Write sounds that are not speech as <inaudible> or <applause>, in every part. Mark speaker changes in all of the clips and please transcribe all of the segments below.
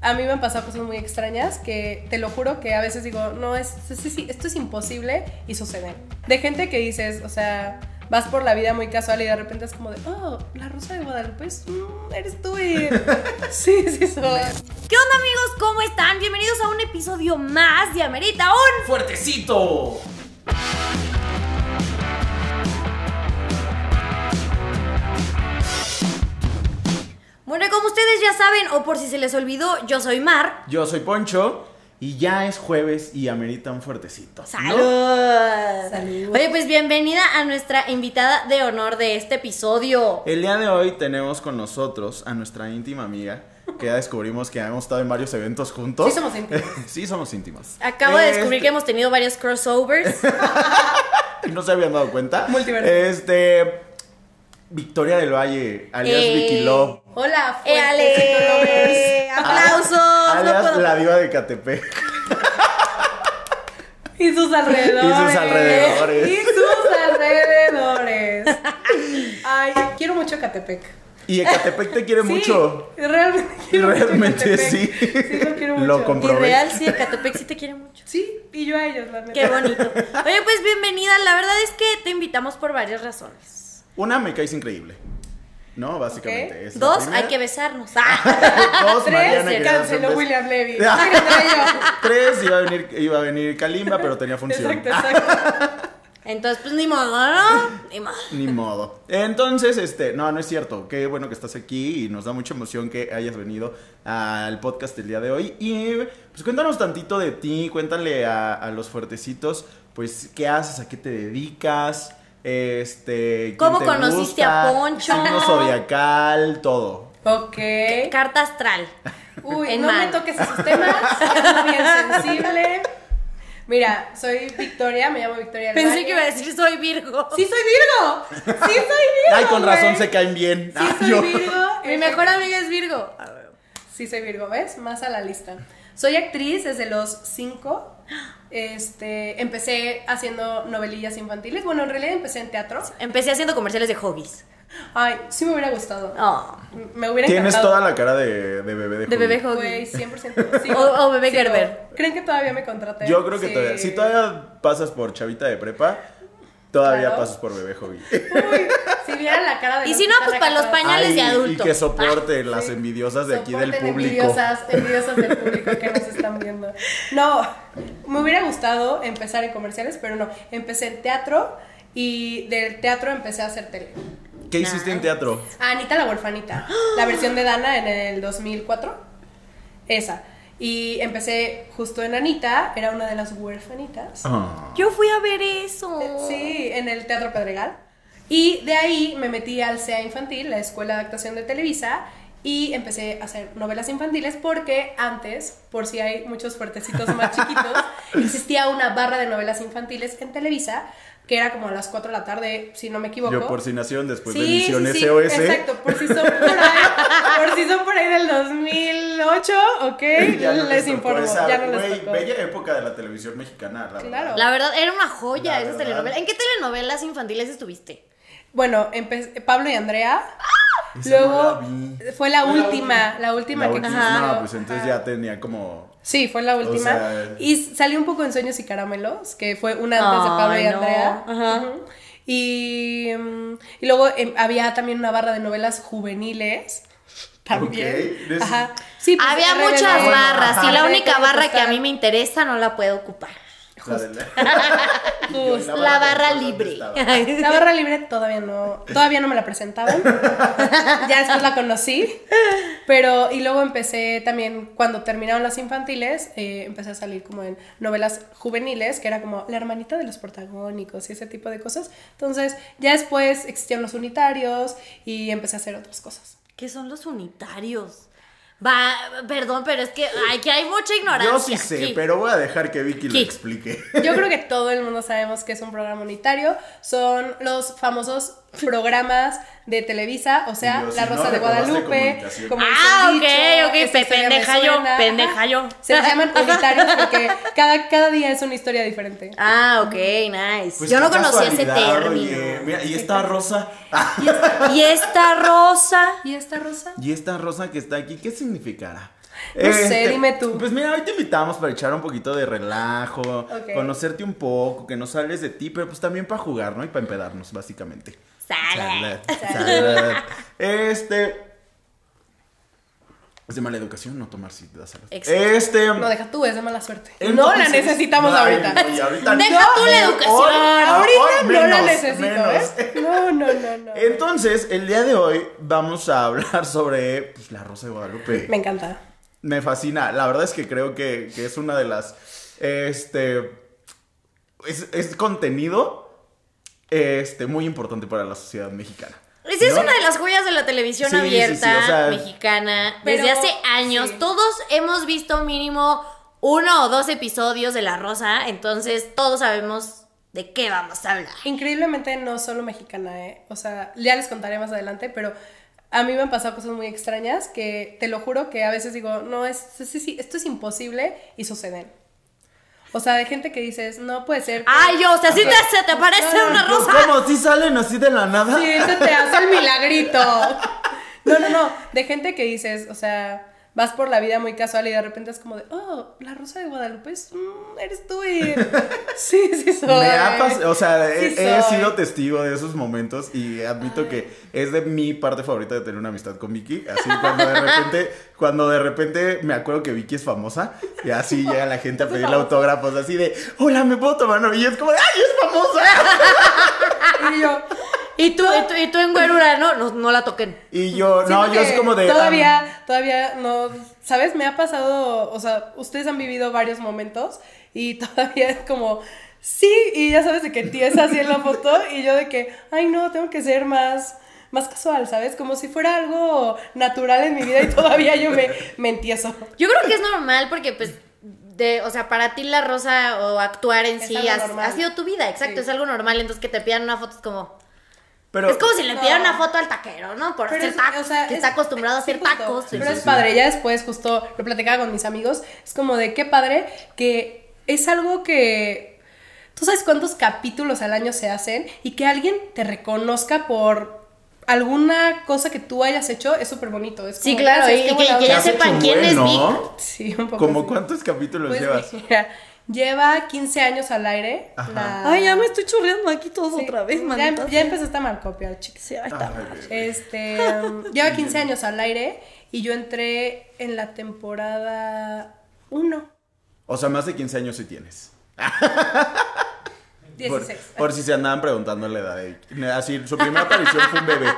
Speaker 1: A mí me han pasado cosas muy extrañas que te lo juro que a veces digo, no, es- es- es- esto es imposible y sucede. De gente que dices, o sea, vas por la vida muy casual y de repente es como de, oh, la rosa de Guadalupe es, mm, eres tú y... <laughs> sí, sí, soy.
Speaker 2: ¿Qué onda amigos? ¿Cómo están? Bienvenidos a un episodio más de Amerita Un.
Speaker 3: ¡Fuertecito!
Speaker 2: Bueno, y como ustedes ya saben, o por si se les olvidó, yo soy Mar.
Speaker 3: Yo soy Poncho y ya es jueves y amerita un fuertecito. ¿no?
Speaker 2: ¡Salud!
Speaker 1: Salud.
Speaker 2: Oye, pues bienvenida a nuestra invitada de honor de este episodio.
Speaker 3: El día de hoy tenemos con nosotros a nuestra íntima amiga, que ya descubrimos que hemos estado en varios eventos juntos.
Speaker 1: Sí somos íntimos.
Speaker 3: <laughs> sí somos íntimos.
Speaker 2: Acabo de descubrir que
Speaker 3: Este,
Speaker 2: hemos tenido varios crossovers.
Speaker 3: No se habían dado cuenta.
Speaker 1: Multiverso.
Speaker 3: Este... Victoria del Valle, alias
Speaker 2: Eh.
Speaker 3: Vicky Love.
Speaker 1: Hola,
Speaker 2: ¡Eh,
Speaker 1: fuertecito lovers.
Speaker 2: ale! ¡Aplausos! No
Speaker 3: Ah, Alias
Speaker 2: puedo-
Speaker 3: la diva de Catepec.
Speaker 1: Y sus alrededores.
Speaker 3: Y sus alrededores.
Speaker 1: Y sus alrededores. Ay, quiero mucho Catepec.
Speaker 3: Y Ecatepec te
Speaker 2: <laughs>
Speaker 3: quiere
Speaker 1: Sí,
Speaker 3: mucho.
Speaker 1: Realmente quiero mucho
Speaker 3: Realmente
Speaker 1: Ecatepec.
Speaker 3: sí.
Speaker 1: Sí, lo quiero
Speaker 3: Lo
Speaker 1: mucho.
Speaker 3: compro.
Speaker 2: Y
Speaker 3: Probé.
Speaker 2: real, sí, Ecatepec sí te quiere mucho.
Speaker 1: Sí, y yo a ellos, la neta.
Speaker 2: Qué bonito. Oye, pues bienvenida. La verdad es que te invitamos por varias razones.
Speaker 3: Una me caes increíble. No, básicamente.
Speaker 1: Ok.
Speaker 3: es la
Speaker 2: Dos,
Speaker 3: primera.
Speaker 2: hay que besarnos. ¡Ah!
Speaker 3: Dos, Mariana
Speaker 1: Tres,
Speaker 3: quería
Speaker 1: canceló
Speaker 3: hacer-
Speaker 1: William
Speaker 3: <laughs>
Speaker 1: Levy. <laughs>
Speaker 3: Ah.
Speaker 1: Fíjate yo.
Speaker 3: Tres, iba a venir, iba a venir Kalimba, pero tenía función.
Speaker 1: Exacto, exacto.
Speaker 2: Entonces, pues ni modo, ¿no? Ni modo.
Speaker 3: Ni modo. Entonces, este, no, no es cierto. Qué bueno que estás aquí y nos da mucha emoción que hayas venido al podcast el día de hoy. Y pues cuéntanos tantito de ti, cuéntale a, a los fuertecitos, pues, qué haces, a qué te dedicas, este. quién
Speaker 2: ¿Cómo
Speaker 3: te
Speaker 2: conociste a
Speaker 3: gusta,
Speaker 2: Poncho?
Speaker 3: Signo zodiacal, todo.
Speaker 1: Ok.
Speaker 2: Carta astral.
Speaker 1: Uy,
Speaker 2: En
Speaker 1: no
Speaker 2: mal.
Speaker 1: me toques esos temas. Soy bien sensible. Mira, soy Victoria, me llamo Victoria. del
Speaker 2: Pensé
Speaker 1: Valle.
Speaker 2: que iba a decir soy Virgo.
Speaker 1: ¡Sí soy Virgo! ¡Sí soy Virgo!
Speaker 3: Ay, con razón
Speaker 1: güey!
Speaker 3: se caen bien.
Speaker 1: Sí
Speaker 3: Ah,
Speaker 1: soy
Speaker 3: yo-
Speaker 1: Virgo.
Speaker 2: <laughs> Mi mejor amiga es Virgo.
Speaker 1: Sí, soy Virgo, ¿ves? Más a la lista. Soy actriz desde los 5. Este, empecé haciendo novelillas infantiles. Bueno, en realidad empecé en teatro.
Speaker 2: Empecé haciendo comerciales de hobbies.
Speaker 1: Ay, sí me hubiera gustado.
Speaker 2: Oh.
Speaker 1: M- Me hubiera
Speaker 3: Tienes
Speaker 1: encantado.
Speaker 3: toda la cara de, de bebé de
Speaker 2: De
Speaker 3: Hobby.
Speaker 2: bebé hobby.
Speaker 1: Güey, 100%. Sí.
Speaker 2: <laughs> O- o bebé
Speaker 1: Sí, no.
Speaker 2: Gerber.
Speaker 1: ¿Creen que todavía me contraté?
Speaker 3: Yo creo que todavía. Si todavía pasas por chavita de prepa, todavía
Speaker 1: Claro.
Speaker 3: pasas por bebé hobby.
Speaker 1: Uy, si vieran la cara de.
Speaker 2: Y
Speaker 1: los
Speaker 2: si
Speaker 1: que
Speaker 2: no,
Speaker 1: están
Speaker 2: pues para los
Speaker 1: acá atrás.
Speaker 2: Pañales
Speaker 3: Ay,
Speaker 2: de
Speaker 3: Y
Speaker 2: adulto.
Speaker 3: que soporten las
Speaker 1: Ah, sí.
Speaker 3: envidiosas de aquí del
Speaker 1: Soporten
Speaker 3: público.
Speaker 1: Envidiosas, envidiosas
Speaker 3: <laughs>
Speaker 1: del público que nos están viendo. No, me hubiera gustado empezar en comerciales, pero no. Empecé en teatro y del teatro empecé a hacer tele.
Speaker 3: ¿Qué hiciste en teatro?
Speaker 1: Anita la huerfanita, la versión de Dana en el 2004. Esa. Y empecé justo en Anita, era una de las huerfanitas.
Speaker 3: Ah.
Speaker 2: Yo fui a ver eso.
Speaker 1: Eh, Sí, en el Teatro Pedregal. Y de ahí me metí al CEA Infantil, la Escuela de Actuación de Televisa, y empecé a hacer novelas infantiles porque antes, por si hay muchos fuertecitos
Speaker 3: <laughs>
Speaker 1: más chiquitos, existía una barra de novelas infantiles en Televisa, que era como a las 4 de la tarde, si no me equivoco.
Speaker 3: Yo por si nacieron después de
Speaker 1: Sí,
Speaker 3: Misión
Speaker 1: sí, sí,
Speaker 3: SOS.
Speaker 1: Exacto, por si son por ahí, por si son por ahí del 2008, ¿ok?
Speaker 3: <laughs> <laughs> Ya no
Speaker 1: les
Speaker 3: tocó
Speaker 1: informo,
Speaker 3: esa,
Speaker 1: ya no
Speaker 3: güey,
Speaker 1: les tocó.
Speaker 3: bella época de la televisión mexicana, la
Speaker 1: Claro.
Speaker 2: La verdad, era una joya
Speaker 3: La
Speaker 2: esa
Speaker 3: verdad.
Speaker 2: telenovela. ¿En qué telenovelas infantiles estuviste?
Speaker 1: Bueno, empecé- Pablo y Andrea.
Speaker 3: Esa
Speaker 1: Luego
Speaker 3: no la vi.
Speaker 1: fue la
Speaker 3: Fue la
Speaker 1: última, la última
Speaker 3: La
Speaker 1: que
Speaker 3: última,
Speaker 1: ajá,
Speaker 3: no, pues entonces
Speaker 1: ajá.
Speaker 3: ya tenía como.
Speaker 1: Sí, fue la última.
Speaker 3: sea-
Speaker 1: Y salió un poco en Sueños y Caramelos, que fue una antes de Pablo y
Speaker 2: Ay, no.
Speaker 1: Andrea.
Speaker 2: Ajá.
Speaker 1: Ujú. Y, mm, y luego em, había también una barra de novelas juveniles. También.
Speaker 3: Ok, de-
Speaker 1: Ajá. Sí, pues,
Speaker 2: Había
Speaker 1: Rebelde,
Speaker 2: muchas barras y la
Speaker 1: Rebelde,
Speaker 2: única barra que a mí
Speaker 1: Contestar.
Speaker 2: me interesa no la puedo ocupar.
Speaker 3: La, de la- <laughs>
Speaker 1: <laughs> Justo.
Speaker 2: La
Speaker 3: La barra
Speaker 2: barra
Speaker 3: de-
Speaker 1: <laughs>
Speaker 2: libre.
Speaker 3: ¿dónde
Speaker 1: La barra libre todavía no, todavía no me la presentaban. Ya después la conocí. Pero, y luego empecé también, cuando terminaron las infantiles, eh, empecé a salir como en novelas juveniles, que era como la hermanita de los protagónicos y ese tipo de cosas. Entonces, ya después existían los unitarios y empecé a hacer otras cosas.
Speaker 2: <laughs> ¿Qué son los unitarios? Va, perdón, pero es que hay, que hay mucha ignorancia.
Speaker 3: Yo sí sé,
Speaker 2: aquí.
Speaker 3: pero voy a dejar que Vicky lo
Speaker 2: Sí.
Speaker 3: explique.
Speaker 1: Yo creo que todo el mundo sabemos que es un programa unitario. Son los famosos programas de Televisa, o sea,
Speaker 3: Y yo,
Speaker 1: La
Speaker 3: si no,
Speaker 1: Rosa de
Speaker 3: reprobaste
Speaker 1: Guadalupe.
Speaker 3: comunicación.
Speaker 1: Como
Speaker 2: Ah,
Speaker 1: dicen
Speaker 2: ok, ok,
Speaker 1: Esa
Speaker 2: pe-
Speaker 1: historia me
Speaker 2: pendeja yo,
Speaker 1: suena.
Speaker 2: pendeja
Speaker 1: Ajá.
Speaker 2: yo.
Speaker 1: Se llaman
Speaker 2: <laughs>
Speaker 1: unitarios porque cada, cada día es una historia diferente.
Speaker 2: Ah, ok, nice.
Speaker 3: Pues
Speaker 2: Yo no
Speaker 3: qué
Speaker 2: conocía ese
Speaker 3: casualidad,
Speaker 2: término.
Speaker 3: oye. mira, y esta rosa. ah,
Speaker 2: Y esta rosa.
Speaker 1: ¿Y esta rosa?
Speaker 3: y esta rosa que está aquí, ¿qué significará?
Speaker 1: No
Speaker 3: Eh,
Speaker 1: sé, dime tú.
Speaker 3: Pues mira, hoy te invitamos para echar un poquito de relajo,
Speaker 1: Ok.
Speaker 3: conocerte un poco, que no sales de ti, pero pues también para jugar, ¿no? Y para empedarnos, básicamente.
Speaker 2: Sale.
Speaker 3: Salud. Salud. Este. Es de mala educación no tomar si te das salud.
Speaker 2: Exacto.
Speaker 3: Este.
Speaker 1: No, deja tú, es de mala suerte. no la
Speaker 3: entonces-
Speaker 1: necesitamos
Speaker 3: Ay,
Speaker 1: ahorita.
Speaker 3: no, y ahorita
Speaker 2: Deja
Speaker 3: no.
Speaker 2: tú la educación.
Speaker 3: Hoy-
Speaker 1: ahorita
Speaker 3: hoy
Speaker 1: no
Speaker 3: menos,
Speaker 1: la necesito,
Speaker 3: menos.
Speaker 1: ¿eh? No, no, no, no.
Speaker 3: Entonces, el día de hoy vamos a hablar <laughs> sobre pues, la Rosa de Guadalupe.
Speaker 1: Me encanta.
Speaker 3: Me fascina. La verdad es que creo que, que es una de las. Este. Es, es contenido. Este, muy importante para la sociedad mexicana.
Speaker 2: Y sí es
Speaker 3: ¿no?
Speaker 2: una de las joyas de la televisión
Speaker 3: Sí, sí, sí,
Speaker 2: abierta
Speaker 3: o sea-
Speaker 2: mexicana
Speaker 1: Pero-
Speaker 2: desde hace años.
Speaker 1: sí.
Speaker 2: Todos hemos visto mínimo uno o dos episodios de La Rosa, entonces todos sabemos de qué vamos a hablar.
Speaker 1: Increíblemente no solo mexicana, ¿eh? O sea, ya les contaré más adelante, pero a mí me han pasado cosas muy extrañas que te lo juro que a veces digo, no, es, sí, sí, esto es imposible y suceden. O sea, de gente que dices, no puede ser. que-
Speaker 2: Ay, yo, o sea, si
Speaker 1: Ok.
Speaker 2: te, se te parece una
Speaker 3: Yo,
Speaker 2: rosa.
Speaker 3: ¿Cómo? ¿Sí salen así de la nada?
Speaker 1: Sí, eso te hace el milagrito. No, no, no. De gente que dices, o sea, vas por la vida muy casual y de repente es como de, oh, la rosa de Guadalupe es, mm, eres tú y. <laughs> Sí, sí, soy.
Speaker 3: Me ha pas- o sea,
Speaker 1: Sí
Speaker 3: he, he
Speaker 1: soy.
Speaker 3: sido testigo de esos momentos y admito que es de mi parte favorita de tener una amistad con Vicky. Así cuando de repente, cuando de repente me acuerdo que Vicky es famosa y así llega la gente a pedirle autógrafos así de, hola, ¿me puedo tomar? una?" Y es como, de, ¡ay, es famosa!
Speaker 1: Y yo,
Speaker 2: Y tú, y tú, y tú en Guerura, no, no, no la toquen.
Speaker 3: Y yo, no,
Speaker 1: Siento
Speaker 3: yo es
Speaker 1: que
Speaker 3: como de...
Speaker 1: Todavía, todavía no. ¿Sabes? Me ha pasado. O sea, ustedes han vivido varios momentos y <laughs> todavía es como. Sí, y ya sabes de que tienes así en la foto y yo de que, ay no, tengo que ser más, más casual, ¿sabes? Como si fuera algo natural en mi vida y todavía yo me, me entieso.
Speaker 2: Yo creo que es normal porque, pues, de, o sea, para ti la rosa o actuar en
Speaker 1: Es
Speaker 2: sí
Speaker 1: algo
Speaker 2: has- ha,
Speaker 1: normal.
Speaker 2: sido tu vida, exacto,
Speaker 1: Sí.
Speaker 2: es algo normal. Entonces que te pidan una foto es como.
Speaker 3: "Mm". Pero,
Speaker 2: es como si le pidieran
Speaker 1: No.
Speaker 2: una foto al taquero, ¿no? Por hacer
Speaker 1: es-
Speaker 2: tacos,
Speaker 1: o sea,
Speaker 2: que
Speaker 1: es-
Speaker 2: está acostumbrado a
Speaker 1: sí,
Speaker 2: hacer
Speaker 1: justo.
Speaker 2: tacos.
Speaker 3: Sí,
Speaker 1: pero
Speaker 3: sí,
Speaker 1: es
Speaker 3: sí.
Speaker 1: padre, ya después justo lo platicaba con mis amigos, es como de qué padre que es algo que... Tú sabes cuántos capítulos al año se hacen y que alguien te reconozca por alguna cosa que tú hayas hecho es súper bonito. Es
Speaker 2: Sí,
Speaker 1: como,
Speaker 2: claro,
Speaker 1: gracias,
Speaker 2: y
Speaker 1: qué
Speaker 2: que-
Speaker 1: buena
Speaker 2: que
Speaker 3: "Ya
Speaker 1: onda".
Speaker 2: ya
Speaker 3: has hecho
Speaker 2: sepan
Speaker 3: un
Speaker 2: quién
Speaker 3: buen,
Speaker 2: es
Speaker 3: ¿no?
Speaker 1: Sí, un poco.
Speaker 3: ¿Cómo
Speaker 1: así.
Speaker 3: cuántos capítulos
Speaker 1: Pues
Speaker 3: llevas?
Speaker 1: mira, lleva 15 años al aire.
Speaker 3: Ajá.
Speaker 2: Ay, ya me estoy chorreando aquí todos
Speaker 1: sí,
Speaker 2: otra vez,
Speaker 1: ya- em,
Speaker 2: manita.
Speaker 1: Ya empezó esta mal copia, chicas.
Speaker 2: Sí, ahí está.
Speaker 3: Ay,
Speaker 1: Este, um, lleva 15 años al aire y yo entré en la temporada <laughs> 1,
Speaker 3: o sea, más de 15 años sí tienes.
Speaker 1: <laughs> 16.
Speaker 3: Por, por si se andaban preguntando la edad de Vicky. Así, su primera aparición fue un bebé.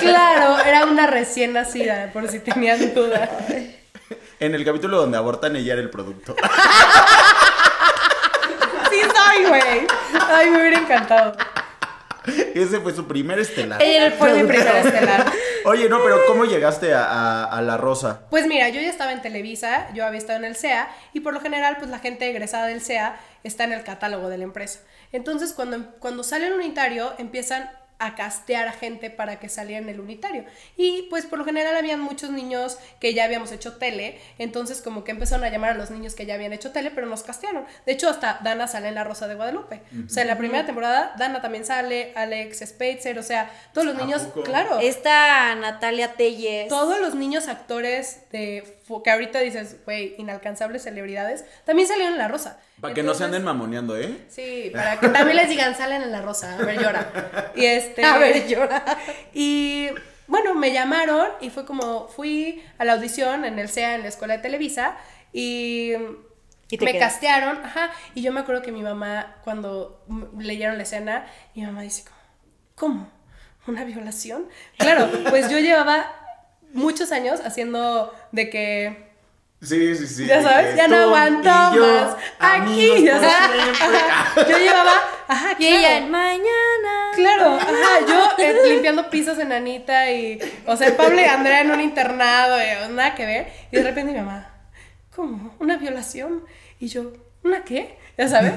Speaker 1: Claro, era una recién nacida, por si tenían duda.
Speaker 3: En el capítulo donde abortan, ella era el producto. <laughs>
Speaker 1: Sí soy, güey. Ay, me hubiera encantado.
Speaker 3: Ese fue su primer estelar.
Speaker 1: Él fue mi primer estelar.
Speaker 3: Oye, no, pero ¿cómo llegaste a, a- a La Rosa?
Speaker 1: Pues mira, yo ya estaba en Televisa, yo había estado en el SEA y por lo general pues la gente egresada del SEA está en el catálogo de la empresa. Entonces cuando, cuando sale el unitario empiezan a castear a gente para que saliera en el unitario. Y pues por lo general habían muchos niños que ya habíamos hecho tele, entonces como que empezaron a llamar a los niños que ya habían hecho tele, pero nos castearon. De hecho hasta Dana sale en La Rosa de Guadalupe. O sea, en la primera temporada Dana también sale, Alex Spitzer, o sea, todos los
Speaker 3: ¿A
Speaker 1: niños,
Speaker 3: poco?
Speaker 1: claro.
Speaker 2: Esta Natalia Telles.
Speaker 1: Todos los niños actores de fu- que ahorita dices, güey, inalcanzables celebridades, también salieron en La Rosa.
Speaker 3: Para que no se
Speaker 1: Entonces-
Speaker 3: anden mamoneando, ¿eh?
Speaker 1: Sí, para que también les digan, salen en La Rosa, a ver,
Speaker 3: <laughs>
Speaker 1: llora. Y este...
Speaker 2: A ver, llora.
Speaker 1: Y bueno, me llamaron y fue como, fui a la audición en el SEA, en la escuela de Televisa, y,
Speaker 2: Y te
Speaker 1: me
Speaker 2: quedas.
Speaker 1: castearon, ajá, y yo me acuerdo que mi mamá, cuando mm, leyeron la escena, mi mamá dice como, ¿cómo? ¿Una violación? Claro, pues yo llevaba muchos años haciendo de que
Speaker 3: Sí, sí, sí.
Speaker 1: ya sabes, ya no
Speaker 3: Tú
Speaker 1: aguanto
Speaker 3: y yo,
Speaker 1: más. Aquí, ya
Speaker 3: amigos por
Speaker 1: sabes.
Speaker 3: siempre.
Speaker 1: Ajá, Yo llevaba, ajá,
Speaker 2: Y ella
Speaker 1: claro,
Speaker 2: en mañana.
Speaker 1: claro, ajá, yo eh, limpiando pisos en Anita y, o sea, Pablo y Andrea en un internado, eh, nada que ver. Y de repente mi mamá, ¿cómo? ¿Una violación? Y yo, ¿una qué? Ya sabes.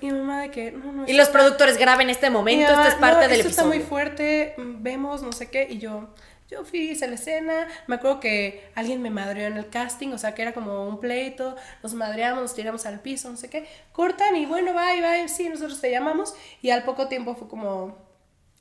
Speaker 1: Y mi mamá de que, no, no.
Speaker 2: Y
Speaker 1: es-
Speaker 2: los productores graben este
Speaker 1: mi
Speaker 2: momento,
Speaker 1: mamá,
Speaker 2: esto es parte
Speaker 1: no,
Speaker 2: del
Speaker 1: esto está
Speaker 2: episodio.
Speaker 1: muy fuerte, mm, vemos, no sé qué, y yo, yo fui, hice la escena, me acuerdo que alguien me madreó en el casting, o sea, que era como un pleito, nos madreamos, nos tiramos al piso, no sé qué, cortan y bueno, bye, bye, sí, nosotros te llamamos, y al poco tiempo fue como,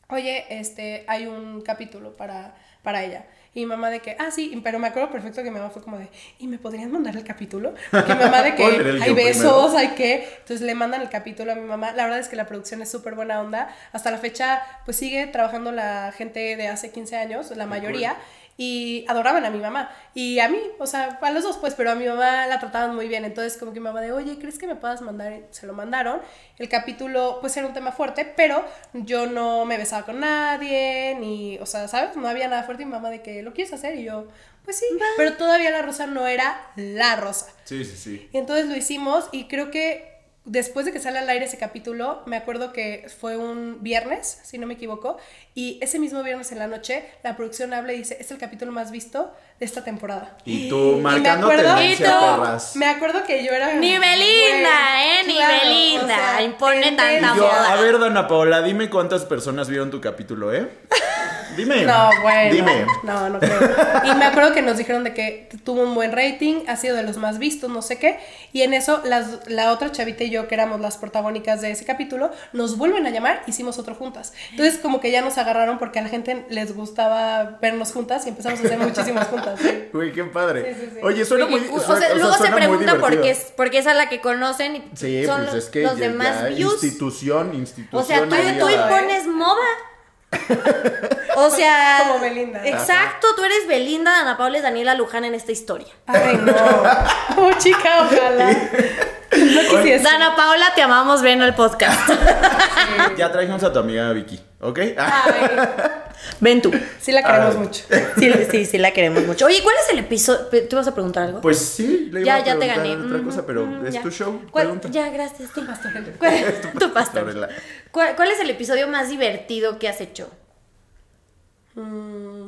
Speaker 1: oye, este, hay un capítulo para, para ella. Y mi mamá de que, ah, sí, pero me acuerdo perfecto que mi mamá fue como de, ¿y me podrían mandar el capítulo? Porque mi mamá de que
Speaker 3: <laughs> Ponle el
Speaker 1: hay
Speaker 3: guión
Speaker 1: besos,
Speaker 3: primero.
Speaker 1: hay que. Entonces le mandan el capítulo a mi mamá. La verdad es que la producción es súper buena onda. Hasta la fecha, pues sigue trabajando la gente de hace 15 años, la mayoría. Y adoraban a mi mamá y a mí, o sea, a los dos pues, pero a mi mamá la trataban muy bien, entonces como que mi mamá de, oye, ¿crees que me puedas mandar? Se lo mandaron, el capítulo pues era un tema fuerte, pero yo no me besaba con nadie, ni, o sea, ¿sabes? No había nada fuerte y mi mamá de que, ¿lo quieres hacer? Y yo, pues sí, pero todavía la rosa no era la rosa.
Speaker 3: <laughs> Sí, sí, sí.
Speaker 1: Y entonces lo hicimos y creo que después de que sale al aire ese capítulo, me acuerdo que fue un viernes, si no me equivoco, y ese mismo viernes en la noche la producción habla y dice, es el capítulo más visto de esta temporada.
Speaker 3: Y tú
Speaker 1: me
Speaker 3: marcando
Speaker 1: acuerdo-
Speaker 3: tendencia,
Speaker 2: Y tú-
Speaker 3: perras.
Speaker 1: Me acuerdo que yo era...
Speaker 2: Ni Belinda,
Speaker 1: Güey,
Speaker 2: ¿eh? Ni Belinda. Impone
Speaker 1: tendencia.
Speaker 2: tanta
Speaker 3: Y yo,
Speaker 2: moda.
Speaker 3: a ver, Dana Paola, dime cuántas personas vieron tu capítulo, ¿eh?
Speaker 2: <laughs>
Speaker 3: Dime.
Speaker 1: No, bueno.
Speaker 3: Dime.
Speaker 1: No, no creo. Y me acuerdo que nos dijeron de que tuvo un buen rating, ha sido de los más vistos, no sé qué. Y en eso, las, la otra chavita y yo, que éramos las protagónicas de ese capítulo, nos vuelven a llamar, hicimos otro juntas. Entonces, como que ya nos agarraron porque a la gente les gustaba vernos juntas y empezamos a hacer muchísimas juntas. sí.
Speaker 3: Güey, qué padre.
Speaker 1: Sí, sí, sí.
Speaker 3: Oye, suena
Speaker 2: Oye,
Speaker 3: muy.
Speaker 2: o sea,
Speaker 3: suena- o sea,
Speaker 2: luego se
Speaker 3: suena muy
Speaker 2: pregunta por qué
Speaker 3: divertido.
Speaker 2: es, porque es a la que conocen y
Speaker 3: Sí,
Speaker 2: son
Speaker 3: pues
Speaker 2: los,
Speaker 3: es que
Speaker 2: los
Speaker 3: ya-
Speaker 2: demás
Speaker 3: ya
Speaker 2: views.
Speaker 3: institución, institución.
Speaker 2: O sea, tú,
Speaker 3: ahí
Speaker 2: tú
Speaker 3: a la-
Speaker 2: impones
Speaker 3: <laughs>
Speaker 2: moda. O sea,
Speaker 1: Como Belinda.
Speaker 2: Exacto, tú eres Belinda, Ana Paula y Daniela Luján en esta historia.
Speaker 1: Ay, <laughs> no. Oh, chica, ojalá. No quisiese.
Speaker 2: Dana Paula, te amamos, ven al podcast.
Speaker 3: Ya trajimos a tu amiga Vicky, ¿ok? Ah,
Speaker 1: Ay,
Speaker 2: Ven tú.
Speaker 1: sí la queremos mucho.
Speaker 2: Sí, sí, sí, la <laughs> queremos mucho. Oye, ¿cuál es el episodio? ¿Tú vas a preguntar algo?
Speaker 3: pues sí, le iba
Speaker 2: ya,
Speaker 3: a
Speaker 2: ya te
Speaker 3: preguntar
Speaker 2: gané.
Speaker 3: otra
Speaker 2: Mm,
Speaker 3: cosa, pero
Speaker 2: mm,
Speaker 3: es
Speaker 2: ya.
Speaker 3: tu show.
Speaker 2: ¿Cuál-
Speaker 3: pregunta.
Speaker 2: Ya, gracias. Tu <laughs> ¿Cuál- tu pastorela. ¿Cuál, cuál es el episodio más divertido que has hecho? Mm,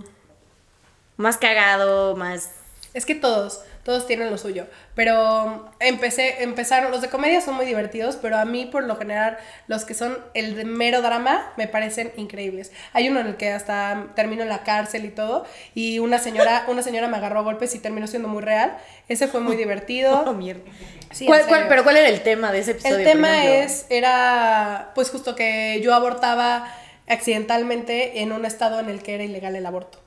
Speaker 2: Más cagado, más.
Speaker 1: Es que todos, todos tienen lo suyo. Pero um, empecé, empezaron, los de comedia son muy divertidos, pero a mí por lo general los que son el de mero drama me parecen increíbles. Hay uno en el que hasta termino en la cárcel y todo, y una
Speaker 2: <laughs>
Speaker 1: señora, una señora me agarró a golpes y terminó siendo muy real. Ese fue muy
Speaker 2: <laughs>
Speaker 1: divertido. Oh, Sí, en
Speaker 2: ¿Cuál-
Speaker 1: serio.
Speaker 2: cuál- pero ¿cuál era el tema de ese episodio?
Speaker 1: El tema
Speaker 2: por ejemplo?
Speaker 1: es, era pues justo que yo abortaba accidentalmente en un estado en el que era ilegal el aborto.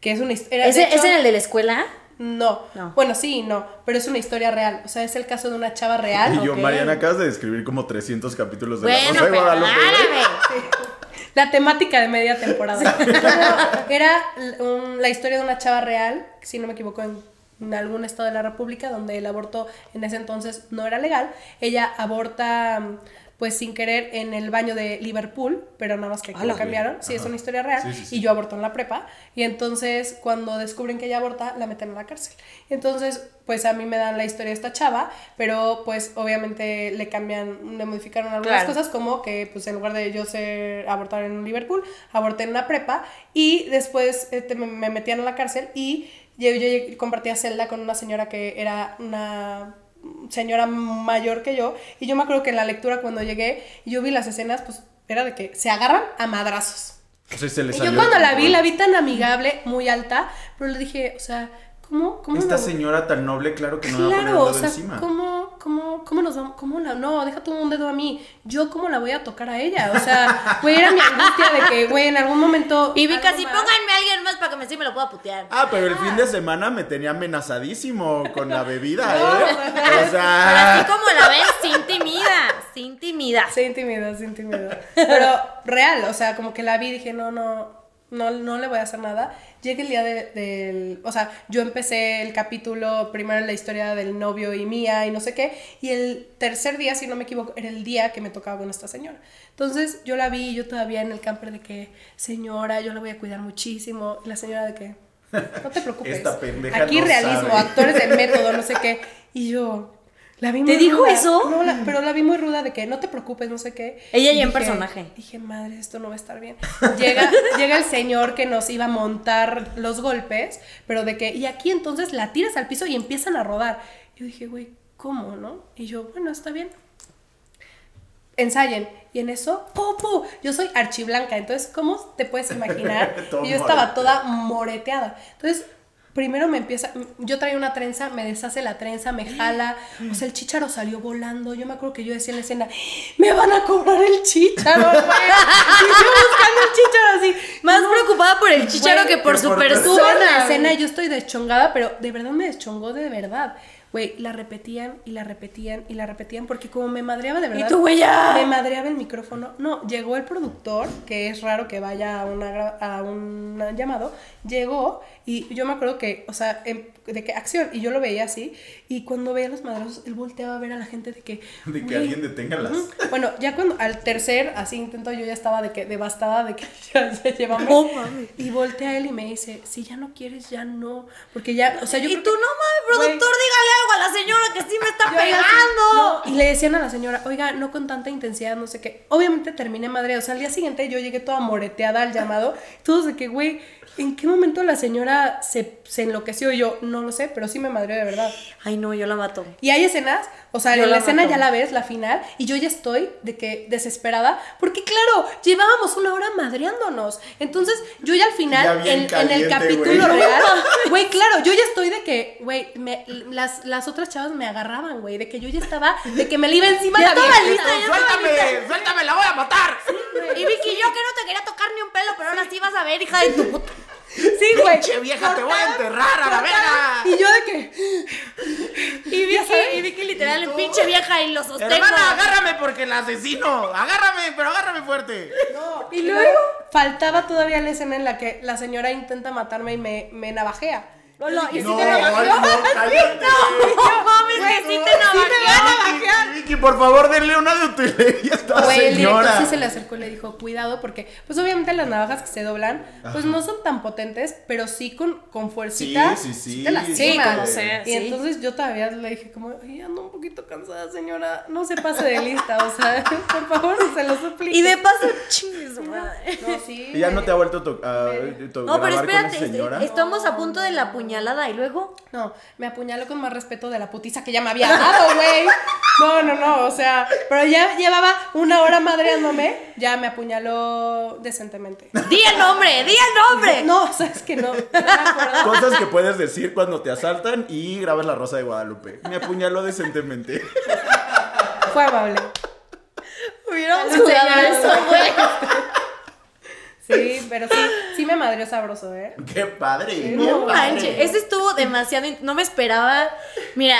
Speaker 1: Que es una his- era- de
Speaker 2: ¿Ese,
Speaker 1: hecho-
Speaker 2: ¿Es en el de la escuela?
Speaker 1: no.
Speaker 2: No.
Speaker 1: Bueno, sí y no, pero es una historia real. O sea, es el caso de una chava real.
Speaker 3: <laughs> Y yo,
Speaker 2: Ok.
Speaker 3: Mariana, acabas de describir como 300 capítulos Pues de
Speaker 2: Bueno,
Speaker 3: La Rosa de
Speaker 2: pero Ah.
Speaker 3: Guadalupe. ¿eh?
Speaker 2: árabe.
Speaker 1: La temática de media temporada. <laughs> No, Era l- un- la historia de una chava real, si no me equivoco, en, en algún estado de la República, donde el aborto en ese entonces no era legal. Ella aborta, mm, pues sin querer, en el baño de Liverpool, pero nada más que aquí lo
Speaker 3: Ala.
Speaker 1: cambiaron. Sí, es
Speaker 3: Ajá.
Speaker 1: una historia real.
Speaker 3: Sí, sí, sí.
Speaker 1: Y yo aborto en la prepa. Y entonces, cuando descubren que ella aborta, la meten a la cárcel. Entonces, pues a mí me dan la historia de esta chava, pero pues obviamente le cambian, le modificaron algunas
Speaker 2: Claro.
Speaker 1: cosas cosas como que pues en lugar de yo ser abortar en Liverpool, aborté en una prepa y después este, me, me metían a la cárcel y yo, yo lleg- compartía celda con una señora que era una señora mayor que yo y yo me acuerdo que en la lectura cuando llegué yo vi las escenas pues era de que se agarran a madrazos.
Speaker 3: O sea, se le
Speaker 1: Y yo
Speaker 3: salió el
Speaker 1: cuando la vi,
Speaker 3: control.
Speaker 1: la vi tan amigable, muy alta, pero le dije, o sea, ¿cómo? cómo
Speaker 3: Esta
Speaker 1: me-
Speaker 3: señora tan noble, claro que no me va a poner
Speaker 1: Claro,
Speaker 3: un
Speaker 1: o
Speaker 3: dedo
Speaker 1: sea,
Speaker 3: encima.
Speaker 1: ¿cómo, cómo, cómo nos vamos? ¿Cómo la.? No, deja tú un dedo a mí. ¿Yo cómo la voy a tocar a ella? O sea, güey, era mi angustia de que, güey, en algún momento.
Speaker 2: Y vi
Speaker 1: algo
Speaker 2: casi,
Speaker 1: más-
Speaker 2: pónganme a alguien más para que me, sí me lo pueda putear.
Speaker 3: Ah, pero el fin de semana me tenía amenazadísimo con la bebida, ¿eh? o
Speaker 2: Ahora sí,
Speaker 3: sea,
Speaker 2: como la ves, se intimida. Se intimida.
Speaker 1: Se intimidó, se intimidó. Pero real, o sea, como que la vi y dije, no, no. No, no le voy a hacer nada. Llega el día de- del... O sea, yo empecé el capítulo primero en la historia del novio y mía y no sé qué. Y el tercer día, si no me equivoco, era el día que me tocaba con esta señora. Entonces yo la vi, yo todavía en el camper de que, señora, yo la voy a cuidar muchísimo. Y la señora de que, no te preocupes.
Speaker 3: Esta pendeja
Speaker 1: Aquí
Speaker 3: no
Speaker 1: realismo,
Speaker 3: sabe.
Speaker 1: actores del método, no sé qué. Y yo, la vi
Speaker 2: ¿Te
Speaker 1: muy
Speaker 2: dijo
Speaker 1: ruda.
Speaker 2: eso?
Speaker 1: No, la- pero la vi muy ruda de que no te preocupes, no sé qué.
Speaker 2: Ella
Speaker 1: Y
Speaker 2: ya en
Speaker 1: dije-
Speaker 2: personaje.
Speaker 1: Dije, madre, esto no va a estar bien. Llega, llega el señor que nos iba a montar los golpes, pero de que, y aquí entonces la tiras al piso y empiezan a rodar. Yo dije, güey, ¿cómo, no? Y yo, bueno, está bien. Ensayen. Y en eso, ¡pum, pum! Yo soy archiblanca, entonces, ¿cómo te puedes imaginar?
Speaker 3: Todo
Speaker 1: y yo estaba
Speaker 3: moreteado.
Speaker 1: toda moreteada. Entonces, primero me empieza, yo traía una trenza, me deshace la trenza, me jala, o sea, el chícharo salió volando, yo me acuerdo que yo decía en la escena, me van a cobrar el chícharo, güey. Y yo buscando el chícharo así,
Speaker 2: Más preocupada por el chicharo
Speaker 1: Güey,
Speaker 2: que por
Speaker 3: que
Speaker 2: su
Speaker 3: por-
Speaker 1: Suban la
Speaker 2: persona.
Speaker 1: escena, yo estoy deschongada, pero de verdad me deschongó de verdad. Güey, la repetían y la repetían y la repetían porque como me madreaba de verdad.
Speaker 2: tú, güey, ya.
Speaker 3: Ah.
Speaker 1: Me madreaba el micrófono. No, llegó el productor, que es raro que vaya a, una, gra- a un llamado, llegó y yo me acuerdo que, o sea, em- de que acción, y yo lo veía así, y cuando veía los madrazos, él volteaba a ver a la gente de que...
Speaker 3: De que
Speaker 1: "Güey,
Speaker 3: alguien detenga las.
Speaker 1: bueno, ya cuando al tercer así intento yo ya estaba de que devastada de que <laughs> ya se llevamos.
Speaker 2: No mames.
Speaker 1: y voltea él y me dice, si ya no quieres, ya no. Porque ya, o sea, yo
Speaker 2: y
Speaker 1: creo
Speaker 2: tú,
Speaker 1: que-
Speaker 2: no mames, productor, dígale algo a la señora que sí me está
Speaker 1: yo era así,
Speaker 2: pegando.
Speaker 1: no, y le decían a la señora, oiga, no con tanta intensidad, no sé qué. Obviamente terminé madre. O sea, al día siguiente yo llegué toda moreteada al llamado. Todos de que, güey, ¿en qué momento la señora se, se enloqueció? Y yo, no lo sé, pero sí me madreó de verdad.
Speaker 2: Ay, no, yo la mato.
Speaker 1: Y hay escenas, o sea,
Speaker 2: Yo
Speaker 1: en la
Speaker 2: la
Speaker 1: escena
Speaker 2: mato.
Speaker 1: ya la ves, la final, y yo ya estoy de que desesperada, porque claro, llevábamos una hora madreándonos. Entonces, yo ya al
Speaker 3: Ya
Speaker 1: final,
Speaker 3: bien
Speaker 1: en, en el
Speaker 3: caliente,
Speaker 1: capítulo
Speaker 3: güey. <laughs>
Speaker 1: real, güey, claro, yo ya estoy de que, güey, me- las, las otras chavas me agarraban, güey, de que yo ya estaba, de que me le iba encima
Speaker 2: Ya
Speaker 1: la
Speaker 2: estaba
Speaker 1: vieja.
Speaker 2: lista, ya estaba
Speaker 3: Este, ¡Suéltame! ¡Suéltame! ¡La voy a matar!
Speaker 2: Y Vicky, yo que no te quería tocar ni un pelo, pero aún así vas a ver, hija de tu puta.
Speaker 1: Sí, güey.
Speaker 3: ¡Pinche vieja! ¡Te voy a enterrar a la verga!
Speaker 1: Y yo de que, <laughs>
Speaker 2: Y Vicky, y Vicky literal, pinche vieja, y lo sostengo.
Speaker 3: Hermana, agárrame porque la asesino. Agárrame, pero agárrame fuerte.
Speaker 1: y luego faltaba todavía la escena en la que la señora intenta matarme y me, me navajea.
Speaker 2: Oh, y si
Speaker 3: No,
Speaker 2: te
Speaker 3: ay,
Speaker 2: navajeó.
Speaker 3: <laughs> no, cállate.
Speaker 2: No mames, que sí te navajeó.
Speaker 3: Vicky, Vicky, por favor, denle una de utilería a esta
Speaker 1: Güey, el director
Speaker 3: señora.
Speaker 1: sí se le acercó y le dijo, cuidado, porque pues obviamente las navajas que se doblan, pues no son tan potentes, pero sí con, con fuercita.
Speaker 3: Sí, sí, sí.
Speaker 1: te lastiman.
Speaker 2: Sí, como sea,
Speaker 1: Y
Speaker 2: sí.
Speaker 1: entonces yo todavía le dije como, "Ay, ando un poquito cansada, señora, no se pase de lista, o sea, <laughs> por favor, se lo suplico.
Speaker 2: Y de paso, chingues, madre.
Speaker 1: No, sí.
Speaker 3: Y ya no te ha vuelto a to- a- to-
Speaker 2: No, pero
Speaker 3: grabar con esa
Speaker 2: espérate,
Speaker 3: señora.
Speaker 2: est- estamos a punto de la puñalada y luego.
Speaker 1: No, me apuñaló con más respeto de la putiza que ya me había dado, güey. No, no, no, o sea, pero ya llevaba una hora madreándome, ya me apuñaló decentemente.
Speaker 2: ¡Di el nombre! ¡Di el nombre!
Speaker 1: No, sabes que no, no me acuerdo.
Speaker 3: Cosas que puedes decir cuando te asaltan y grabas la rosa de Guadalupe. Me apuñaló decentemente.
Speaker 1: Fue amable.
Speaker 2: Hubiéramos
Speaker 1: No,
Speaker 2: jugado
Speaker 1: señora.
Speaker 2: eso, güey.
Speaker 1: Sí, pero sí, sí me madrió sabroso, ¿eh?
Speaker 3: ¡Qué padre!
Speaker 2: <laughs> No
Speaker 3: qué padre.
Speaker 2: manches, ese estuvo demasiado. in- No me esperaba. Mira,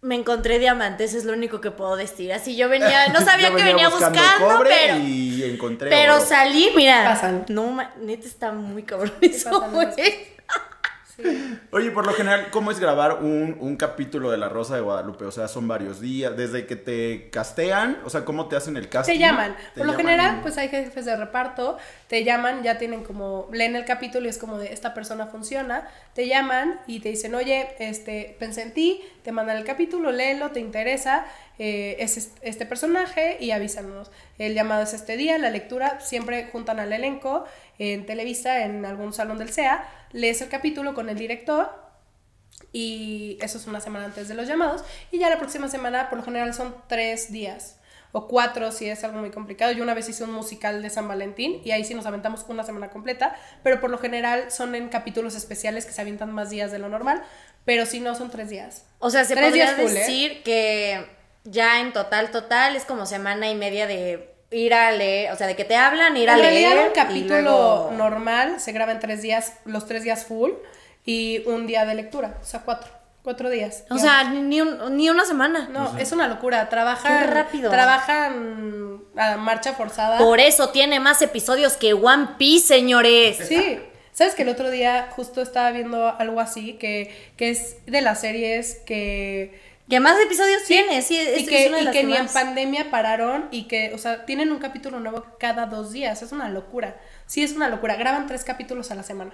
Speaker 2: me encontré diamantes, es lo único que puedo decir. Así yo venía, Eh, <laughs> no sabía
Speaker 3: Yo
Speaker 2: que venía buscando,
Speaker 3: cobre
Speaker 2: pero.
Speaker 3: Y encontré.
Speaker 2: Pero
Speaker 3: oro.
Speaker 2: salí, mira.
Speaker 1: Pasan.
Speaker 2: No, ma- neta está muy cabrón eso,
Speaker 1: pasan
Speaker 2: güey.
Speaker 1: las cosas. Sí.
Speaker 3: Oye, por lo general, ¿cómo es grabar un, un capítulo de La Rosa de Guadalupe? O sea, son varios días. Desde que te castean, o sea, ¿cómo te hacen el casting?
Speaker 1: Te llaman.
Speaker 3: Te
Speaker 1: Por lo
Speaker 3: llaman
Speaker 1: general,
Speaker 3: y-
Speaker 1: pues hay jefes de reparto, te llaman, ya tienen como, leen el capítulo y es como de esta persona funciona, te llaman y te dicen, oye, este, pensé en ti, te mandan el capítulo, léelo, te interesa, eh, es est- este personaje y avísanos. El llamado es este día, la lectura, siempre juntan al elenco en Televisa, en algún salón del SEA, lees el capítulo con el director Y eso es una semana antes de los llamados. Y ya la próxima semana, por lo general, son tres días. O cuatro si es algo muy complicado. Yo una vez hice un musical de San Valentín y ahí sí nos aventamos una semana completa. Pero por lo general son en capítulos especiales que se avientan más días de lo normal. Pero si no, son tres días.
Speaker 2: O sea, se
Speaker 1: Tres
Speaker 2: podría
Speaker 1: días full, ¿eh?
Speaker 2: decir que ya en total, total, es como semana y media de ir a leer. O sea, de que te hablan, ir a
Speaker 1: en
Speaker 2: leer.
Speaker 1: realidad un
Speaker 2: y
Speaker 1: capítulo
Speaker 2: luego-
Speaker 1: normal se graba en tres días, los tres días full y un día de lectura. O sea, cuatro. Cuatro días.
Speaker 2: O
Speaker 1: Ya.
Speaker 2: sea, ni, un- ni una semana.
Speaker 1: No, es una locura. Trabajan
Speaker 2: Qué rápido.
Speaker 1: Trabajan a marcha forzada.
Speaker 2: Por eso tiene más episodios que One Piece, señores.
Speaker 1: Sí. ¿Sabes que el otro día justo estaba viendo algo así que, que es de las series que.
Speaker 2: Que más episodios tiene, sí, es,
Speaker 1: y que,
Speaker 2: es una de
Speaker 1: y
Speaker 2: las
Speaker 1: que
Speaker 2: que
Speaker 1: ni en
Speaker 2: más.
Speaker 1: pandemia pararon y que, o sea, tienen un capítulo nuevo cada dos días. Es una locura. Sí, es una locura. Graban tres capítulos a la semana.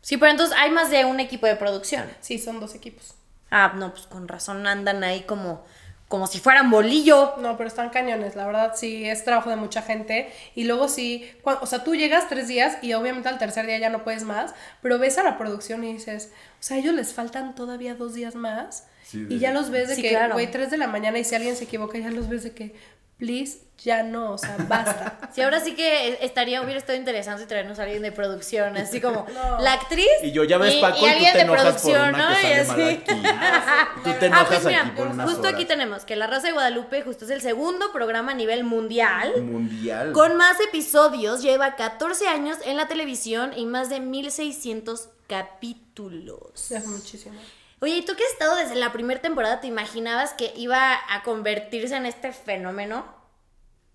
Speaker 2: Sí, pero entonces hay más de un equipo de producción.
Speaker 1: Sí, son dos equipos.
Speaker 2: Ah, no, pues con razón andan ahí como, como si fueran bolillo.
Speaker 1: No, pero están cañones, la verdad sí, es trabajo de mucha gente. Y luego sí, cua- o sea, tú llegas tres días y obviamente al tercer día ya no puedes más, pero ves a la producción y dices, o sea, a ellos les faltan todavía dos días más.
Speaker 3: Sí,
Speaker 1: y
Speaker 3: de-
Speaker 1: ya los ves de
Speaker 2: Sí,
Speaker 1: que,
Speaker 2: claro.
Speaker 1: güey, tres de la mañana y si alguien se equivoca, ya los ves de que, please, ya no, o sea, basta.
Speaker 2: <laughs> Sí, ahora sí que e, estaría, hubiera estado interesante traernos a alguien de producción, así <laughs> como
Speaker 1: No.
Speaker 2: la actriz.
Speaker 3: Y yo ya ves, Paco, y, tú
Speaker 2: alguien
Speaker 3: te
Speaker 2: de
Speaker 3: enojas por
Speaker 2: producción,
Speaker 3: una
Speaker 2: ¿no?
Speaker 3: que
Speaker 2: Y <laughs>
Speaker 3: sale mal
Speaker 2: así.
Speaker 3: aquí. Tú te
Speaker 2: Ah,
Speaker 3: enojas
Speaker 2: pues mira,
Speaker 3: aquí por unas
Speaker 2: justo aquí
Speaker 3: horas.
Speaker 2: tenemos que La Raza de Guadalupe justo es el segundo programa a nivel mundial.
Speaker 3: Mundial.
Speaker 2: Con más episodios, lleva 14 años en la televisión y más de 1600 capítulos.
Speaker 1: Es muchísimo.
Speaker 2: Oye, ¿y tú que has estado desde la primera temporada? ¿Te imaginabas que iba a convertirse en este fenómeno?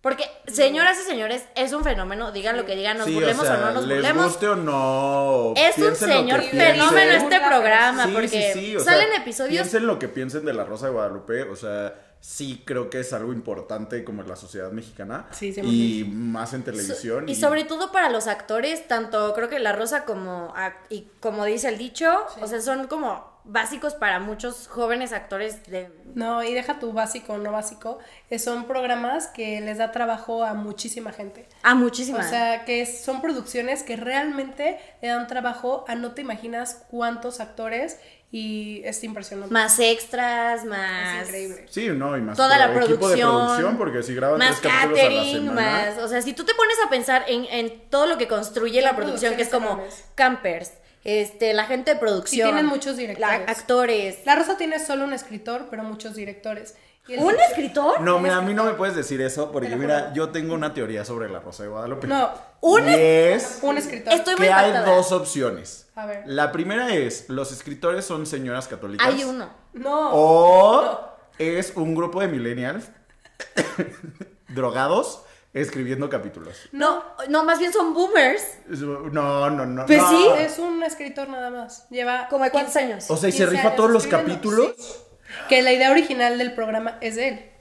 Speaker 2: Porque, señoras y señores, es un fenómeno, digan lo que digan, nos
Speaker 3: Sí,
Speaker 2: burlemos o,
Speaker 3: sea,
Speaker 2: no nos
Speaker 3: les
Speaker 2: burlemos.
Speaker 3: guste o no.
Speaker 2: Es un
Speaker 3: piensen lo que
Speaker 2: señor
Speaker 3: piensen.
Speaker 2: fenómeno este
Speaker 1: Burla,
Speaker 2: programa,
Speaker 3: Sí,
Speaker 2: porque
Speaker 3: sí, sí, o sea,
Speaker 2: salen episodios
Speaker 3: Piensen lo que piensen de la Rosa de Guadalupe, o sea, sí creo que es algo importante como en la sociedad mexicana.
Speaker 1: Sí, sí,
Speaker 3: Y más en
Speaker 2: So-
Speaker 3: televisión.
Speaker 2: Y sobre todo para los actores, tanto creo que La Rosa como, ac- y como dice el dicho, o sea, son como básicos para muchos jóvenes actores de...
Speaker 1: No, y deja tu básico o no básico. eh, Son programas que les da trabajo a muchísima gente.
Speaker 2: A
Speaker 1: O
Speaker 2: muchísimas.
Speaker 1: sea, que es- son producciones que realmente le dan trabajo a no te imaginas cuántos actores y es impresionante.
Speaker 2: más extras, más...
Speaker 1: es increíble.
Speaker 3: Sí, no, y más
Speaker 2: Toda la
Speaker 3: pro- equipo de
Speaker 2: producción,
Speaker 3: producción, porque si graban
Speaker 2: Más
Speaker 3: tres capítulos a la
Speaker 2: catering,
Speaker 3: semana.
Speaker 2: más... O sea, si tú te pones a pensar en, en todo lo que construye
Speaker 1: Son
Speaker 2: la producción, que es como
Speaker 1: producciones enormes.
Speaker 2: campers, este, la gente de producción...
Speaker 1: tienen muchos directores.
Speaker 2: la- actores.
Speaker 1: La Rosa tiene solo un escritor, pero muchos directores. Y el-
Speaker 2: ¿Un escritor?
Speaker 3: No, mira, a mí no me puedes decir eso, porque
Speaker 1: Te lo
Speaker 3: mira,
Speaker 1: juro.
Speaker 3: yo tengo una teoría sobre la Rosa de Guadalupe.
Speaker 1: No,
Speaker 2: un-
Speaker 3: Y es
Speaker 1: un escritor.
Speaker 2: Estoy muy
Speaker 3: que hay
Speaker 2: impactada.
Speaker 3: dos opciones.
Speaker 1: A ver.
Speaker 3: La primera es, los escritores son señoras católicas.
Speaker 2: Hay uno.
Speaker 1: No.
Speaker 3: O
Speaker 1: No.
Speaker 3: es un grupo de millennials <laughs> drogados escribiendo capítulos.
Speaker 2: No, no, más bien son boomers.
Speaker 3: Es- No, no, no.
Speaker 2: Pues
Speaker 3: no.
Speaker 2: sí.
Speaker 1: Es un escritor nada más. Lleva.
Speaker 2: ¿Como de cuántos
Speaker 1: 15
Speaker 2: años?
Speaker 3: O sea, y se
Speaker 1: 15
Speaker 3: rifa
Speaker 1: años
Speaker 3: todos los
Speaker 1: escribiendo,
Speaker 3: capítulos.
Speaker 1: sí. Que la idea original del programa es de él.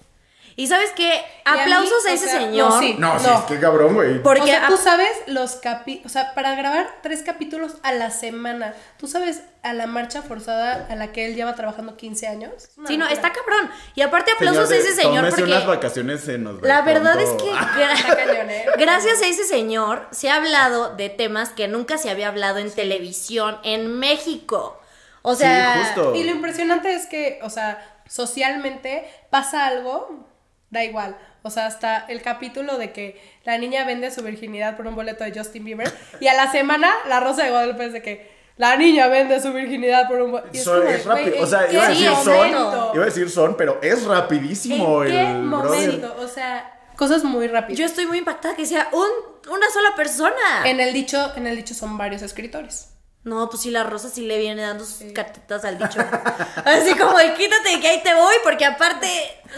Speaker 2: Y sabes qué,
Speaker 1: a mí,
Speaker 2: aplausos a,
Speaker 1: o
Speaker 2: ese
Speaker 1: sea,
Speaker 2: señor.
Speaker 1: no, sí.
Speaker 3: No, sí, es que cabrón, güey.
Speaker 2: Porque
Speaker 1: o sea,
Speaker 2: a-
Speaker 1: tú sabes los capi... O sea, para grabar tres capítulos a la semana, ¿tú sabes a la marcha forzada a la que él lleva trabajando 15 años? Es una
Speaker 2: sí, no,
Speaker 1: locura.
Speaker 2: está cabrón. Y aparte
Speaker 3: Señor
Speaker 2: aplausos
Speaker 3: de-
Speaker 2: a ese señor
Speaker 3: tómese unas
Speaker 2: porque
Speaker 3: vacaciones se nos va
Speaker 2: la
Speaker 3: el
Speaker 2: verdad es
Speaker 3: pronto.
Speaker 2: que
Speaker 3: Ah,
Speaker 2: gra-
Speaker 1: Está cañón, ¿eh?
Speaker 2: gracias a ese señor se ha hablado de temas que nunca se había hablado en televisión en México. O
Speaker 3: Sí,
Speaker 2: sea,
Speaker 3: justo.
Speaker 1: Y lo impresionante es que, o sea, socialmente pasa algo, da igual. O sea, hasta el capítulo de que la niña vende su virginidad por un boleto de Justin Bieber y a la semana la Rosa de Guadalupe es de que la niña vende su virginidad por un boleto.
Speaker 3: Son- es rápido, o sea, iba a
Speaker 2: qué
Speaker 3: decir
Speaker 2: momento?
Speaker 3: son, <laughs> iba a decir son, pero es rapidísimo
Speaker 1: ¿En
Speaker 3: el
Speaker 1: qué
Speaker 3: brother.
Speaker 1: momento? O sea, cosas muy rápidas.
Speaker 2: yo estoy muy impactada que sea un, una sola persona.
Speaker 1: En el dicho, en el dicho son varios escritores.
Speaker 2: No, pues sí, la Rosa sí le viene dando sus cartitas
Speaker 1: <laughs>
Speaker 2: al dicho. Así como, de, quítate que ahí te voy, porque aparte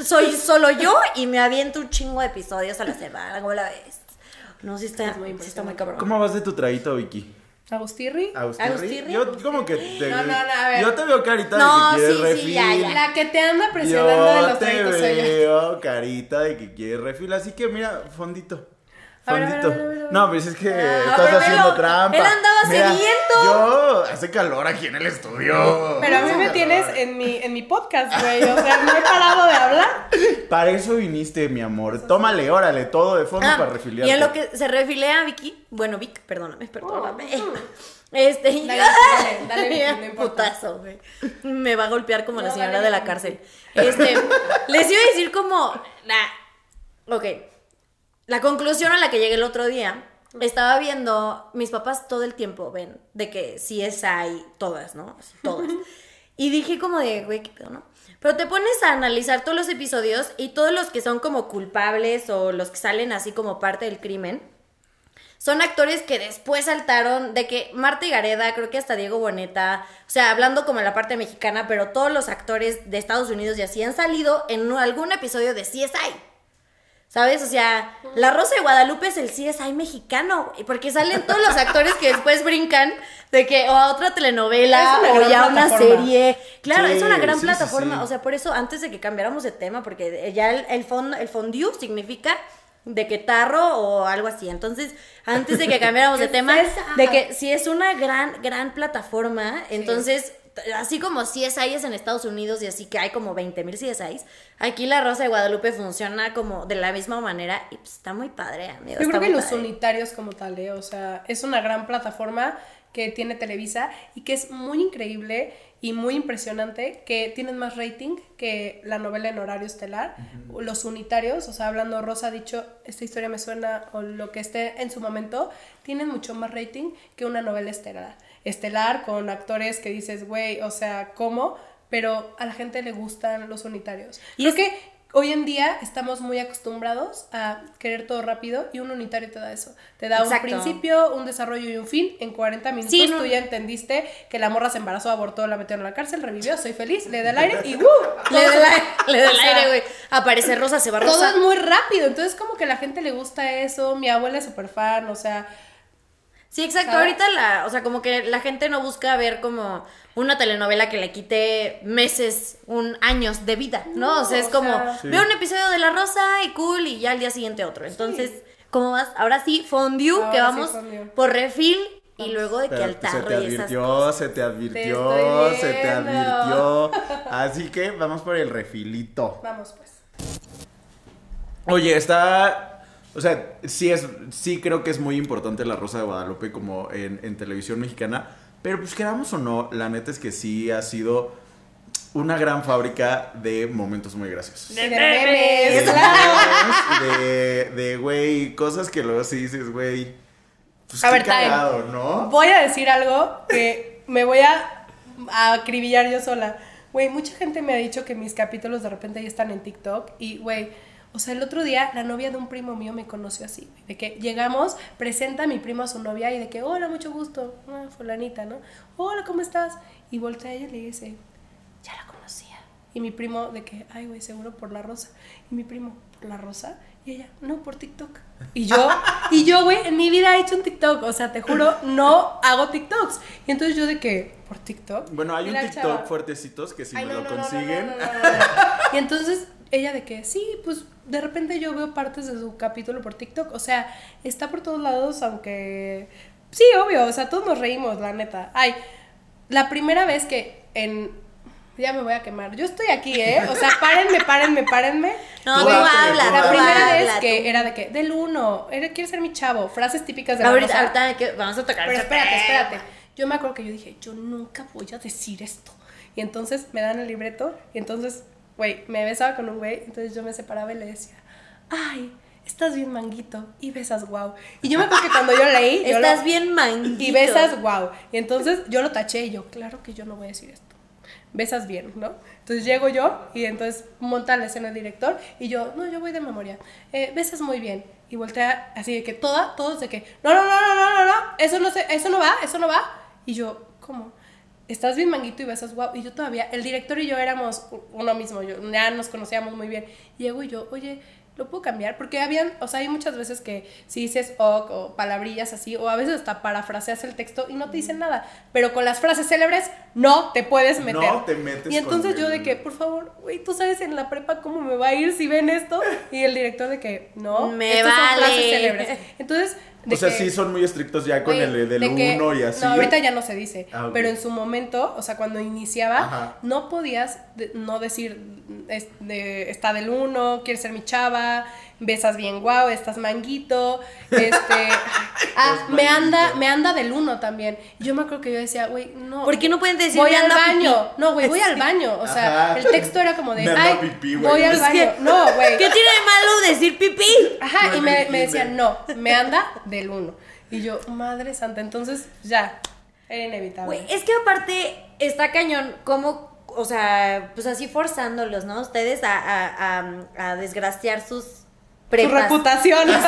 Speaker 2: soy solo yo y me aviento un chingo de episodios a la semana, ¿cómo la ves? No, sí está,
Speaker 1: Es muy
Speaker 2: sí está muy cabrón.
Speaker 3: ¿Cómo vas de tu traguito, Vicky?
Speaker 1: Agustirri.
Speaker 3: ¿Agustirri?
Speaker 2: ¿Agustirri?
Speaker 3: Yo como que te,
Speaker 1: No, no, no, a ver.
Speaker 3: Yo te veo carita
Speaker 2: No,
Speaker 3: de que quieres
Speaker 2: sí, sí,
Speaker 3: refil.
Speaker 2: ya, ya.
Speaker 1: La que te anda presionando de
Speaker 3: Yo
Speaker 1: los
Speaker 3: te
Speaker 1: traguitos soy yo.
Speaker 3: veo carita de que quieres refil, así que mira, fondito.
Speaker 1: A ver, a ver,
Speaker 3: Fondito.
Speaker 1: a ver, a ver, Ah, a ver.
Speaker 3: No, pues es que
Speaker 2: pero
Speaker 3: estás
Speaker 2: velo,
Speaker 3: haciendo trampa.
Speaker 2: él andaba
Speaker 3: Mira,
Speaker 2: sediento.
Speaker 3: Yo, hace calor aquí en el estudio.
Speaker 1: Pero a mí me tienes en mi, en mi podcast, güey. O sea, no he parado de hablar.
Speaker 3: Para eso viniste, mi amor. Tómale, órale, todo de fondo
Speaker 2: Ah,
Speaker 3: para refiliar.
Speaker 2: Y a lo que se refilea a Vicky, bueno, Vic, perdóname, perdóname. <laughs> Este, y-
Speaker 1: Oh. Dale, dale,
Speaker 2: <laughs>
Speaker 1: dale, Vicky, no importa.
Speaker 2: putazo, güey. Me va a golpear como la
Speaker 1: No,
Speaker 2: señora
Speaker 1: dale,
Speaker 2: de la
Speaker 1: Vicky.
Speaker 2: cárcel.
Speaker 1: <laughs>
Speaker 2: Este, les iba a decir como la Ok. La conclusión a la que llegué el otro día, estaba viendo mis papás todo el tiempo ven de que sí es hay todas, ¿no? Así,
Speaker 1: <laughs>
Speaker 2: Todas. Y dije como de, güey, qué pedo, ¿no? Pero te pones a analizar todos los episodios y todos los que son como culpables o los que salen así como parte del crimen. Son actores que después saltaron de que Marta y Gareda, creo que hasta Diego Boneta, o sea, hablando como en la parte mexicana, pero todos los actores de Estados Unidos y así han salido en algún episodio de CSI. ¿Sabes? O sea, La Rosa de Guadalupe es el CSI mexicano, güey, porque salen todos los actores que después brincan de que o a otra telenovela
Speaker 1: Es una
Speaker 2: o
Speaker 1: gran
Speaker 2: ya a una
Speaker 1: plataforma.
Speaker 2: serie. Claro,
Speaker 3: Sí,
Speaker 2: es una gran
Speaker 3: sí, sí,
Speaker 2: plataforma,
Speaker 3: sí.
Speaker 2: o sea, sea, por eso antes de que cambiáramos de tema, porque ya el, el, fond- el fondue significa de que tarro o algo así. Entonces, antes de que cambiáramos
Speaker 1: <laughs>
Speaker 2: de
Speaker 1: ¿Qué
Speaker 2: tema,
Speaker 1: es esa?
Speaker 2: de que si es una gran, gran plataforma, entonces, t- así como CSIs en Estados Unidos y así que hay como 20 mil CSIs, aquí la Rosa de Guadalupe funciona como de la misma manera y pues, está muy padre, amigo.
Speaker 1: Yo
Speaker 2: está
Speaker 1: creo que
Speaker 2: muy
Speaker 1: los
Speaker 2: padre.
Speaker 1: unitarios como tal, ¿eh? O sea, es una gran plataforma que tiene Televisa y que es muy increíble y muy impresionante que tienen más rating que la novela en horario estelar, los unitarios, o sea, hablando Rosa ha dicho, esta historia me suena o lo que esté en su momento, tienen mucho más rating que una novela estelar, estelar con actores que dices, güey, o sea, ¿cómo? Pero a la gente le gustan los unitarios.
Speaker 2: Y
Speaker 1: Y
Speaker 2: es-
Speaker 1: es que hoy en día estamos muy acostumbrados a querer todo rápido y un unitario te da eso, te da
Speaker 2: Exacto.
Speaker 1: un principio, un desarrollo y un fin en 40 minutos
Speaker 2: Sí, no-
Speaker 1: tú ya entendiste que la morra se embarazó, abortó, la metieron a la cárcel, revivió, soy feliz, le da el aire y ¡uh!
Speaker 2: <laughs> Le da el
Speaker 1: <laughs>
Speaker 2: aire, le da el
Speaker 1: O sea,
Speaker 2: aire, güey. Aparece Rosa, se va
Speaker 1: Todo
Speaker 2: Rosa.
Speaker 1: es muy rápido, entonces como que a la gente le gusta eso, mi abuela es súper fan, o sea,
Speaker 2: Sí, exacto.
Speaker 1: ¿Sabes?
Speaker 2: Ahorita la, o sea, como que la gente no busca ver como una telenovela que le quite meses, un años de vida, ¿no? o sea, es
Speaker 1: o
Speaker 2: como
Speaker 1: sea-
Speaker 3: Sí.
Speaker 2: veo un episodio de La Rosa y cool y ya al día siguiente otro. Entonces, ¿cómo vas? Ahora sí fondue,
Speaker 1: Ahora
Speaker 2: que
Speaker 1: sí,
Speaker 2: vamos
Speaker 1: fondue.
Speaker 2: por refil y luego de que
Speaker 3: Pero
Speaker 2: al
Speaker 3: se
Speaker 2: tarro
Speaker 3: te
Speaker 2: y esas
Speaker 3: advirtió, se te
Speaker 1: Te
Speaker 3: advirtió,
Speaker 1: estoy
Speaker 3: se te
Speaker 1: viendo. <laughs>
Speaker 3: advirtió. Así que vamos por el refilito.
Speaker 1: vamos pues.
Speaker 3: Oye, está. O sea, sí es. Sí creo que es muy importante la Rosa de Guadalupe como en, en televisión mexicana. Pero pues queramos o no, la neta es que sí ha sido una gran fábrica de momentos muy graciosos.
Speaker 1: Y de
Speaker 2: memes.
Speaker 1: memes,
Speaker 3: De
Speaker 1: claro.
Speaker 3: memes, De, de, güey, cosas que luego sí dices, güey. Pues
Speaker 1: A
Speaker 3: qué
Speaker 1: ver, Tae.
Speaker 3: cagado, ¿no?
Speaker 1: Voy a decir algo que me voy a, a acribillar yo sola. Güey, mucha gente me ha dicho que mis capítulos de repente ya están en TikTok y, güey, o sea, el otro día la novia de un primo mío me conoció así, güey, de que llegamos, presenta a mi primo a su novia y de que, hola, mucho gusto, ah, fulanita, ¿no? Hola, ¿cómo estás? Y voltea a ella y le dice, ya la conocía. Y mi primo de que, ay, güey, seguro por la rosa. Y mi primo, por la rosa. Y ella, no, por TikTok. Y yo, y yo, güey, en mi vida he hecho un TikTok. O sea, te juro, no hago TikToks. Y entonces yo de que, por TikTok.
Speaker 3: Bueno, hay
Speaker 1: Y
Speaker 3: un
Speaker 1: la
Speaker 3: TikTok
Speaker 1: chava,
Speaker 3: fuertecitos que si
Speaker 1: "Ay,
Speaker 3: me
Speaker 1: no,
Speaker 3: lo
Speaker 1: no, no, no,
Speaker 3: consiguen.
Speaker 1: no, no, no,
Speaker 3: <laughs>
Speaker 1: no". Y entonces ella de que, sí, pues de repente yo veo partes de su capítulo por TikTok. O sea, está por todos lados, aunque... Sí, obvio, o sea, todos nos reímos, la neta. Ay, la primera vez que en... Ya me voy a quemar. Yo estoy aquí, ¿eh? O sea, párenme, párenme, párenme.
Speaker 2: No,
Speaker 3: Tú
Speaker 2: tú habla,
Speaker 3: habla, tú
Speaker 2: tú
Speaker 1: La
Speaker 3: habla.
Speaker 1: primera vez
Speaker 2: habla,
Speaker 1: que
Speaker 2: tú.
Speaker 1: era de que, del uno, era, quiere ser mi chavo, frases típicas de la
Speaker 2: Ahorita,
Speaker 1: Rosa.
Speaker 2: ahorita que vamos a tocar
Speaker 1: Pero
Speaker 2: ese
Speaker 1: espérate,
Speaker 2: tema.
Speaker 1: espérate. Yo me acuerdo que yo dije, yo nunca voy a decir esto. Y entonces me dan el libreto y entonces, güey, me besaba con un güey, entonces yo me separaba y le decía, ay, estás bien manguito y besas guau. Y yo me acuerdo que cuando yo leí, yo lo-
Speaker 2: <laughs> Estás bien manguito.
Speaker 1: y besas guau. Y entonces yo lo taché y yo, claro que yo no voy a decir esto. Besas bien, ¿no? Entonces llego yo y entonces monta la escena el director y yo, no, yo voy de memoria. Eh, besas muy bien. Y voltea así de que toda, todos de que, no, no, no, no, no, no, no, eso no, se, eso no va, eso no va. Y yo, ¿cómo? Estás bien manguito y besas guau. Y yo todavía, el director y yo éramos u- uno mismo, yo, ya nos conocíamos muy bien. Llego y yo, oye, ¿lo puedo cambiar? Porque habían, o sea, hay muchas veces que si dices ok o palabrillas así, o a veces hasta parafraseas el texto y no te dicen nada. Pero con las frases célebres no te puedes meter.
Speaker 3: No te metes
Speaker 1: Y entonces
Speaker 3: con
Speaker 1: yo
Speaker 3: el-
Speaker 1: de que, por favor, güey, tú sabes en la prepa cómo me va a ir si ven esto. Y el director de que, no,
Speaker 2: <laughs> Me
Speaker 1: estas
Speaker 2: vale.
Speaker 1: son frases célebres. Entonces, de
Speaker 3: O sea,
Speaker 1: que-
Speaker 3: sí son muy estrictos ya con
Speaker 1: Güey,
Speaker 3: el del
Speaker 1: de que-
Speaker 3: uno y así.
Speaker 1: No, ahorita ya no se dice.
Speaker 3: Ah, ok.
Speaker 1: Pero en su momento, o sea, cuando iniciaba,
Speaker 3: Ajá.
Speaker 1: no podías de- no decir, es- de- está del uno, quieres ser mi chava, besas bien guau, estás manguito,
Speaker 3: <laughs>
Speaker 1: este... ah,
Speaker 3: Estás
Speaker 1: me anda,
Speaker 3: manguito.
Speaker 1: me anda del uno también. Yo me acuerdo que yo decía, güey, no.
Speaker 2: ¿Por qué no pueden decir
Speaker 1: Voy
Speaker 2: me
Speaker 1: al
Speaker 2: anda
Speaker 1: baño.
Speaker 2: pipí?
Speaker 1: No, güey,
Speaker 2: <laughs>
Speaker 1: voy al baño. O sea,
Speaker 3: Ajá.
Speaker 1: el texto era como de,
Speaker 3: Me anda
Speaker 1: ay,
Speaker 3: pipí, güey.
Speaker 1: voy al
Speaker 3: Es
Speaker 1: baño.
Speaker 2: que-
Speaker 1: No, güey. <laughs>
Speaker 3: <laughs>
Speaker 2: ¿Qué tiene de malo decir pipí?
Speaker 1: Ajá, y me, me
Speaker 3: Dime.
Speaker 1: decían, no, me anda del uno. Y yo, madre santa, entonces ya, era inevitable.
Speaker 2: Güey, es que aparte está cañón como, o sea, pues así forzándolos, ¿no? Ustedes a, a- a- a desgraciar sus
Speaker 1: tu <laughs>
Speaker 2: prepas.
Speaker 1: reputación.
Speaker 2: y sus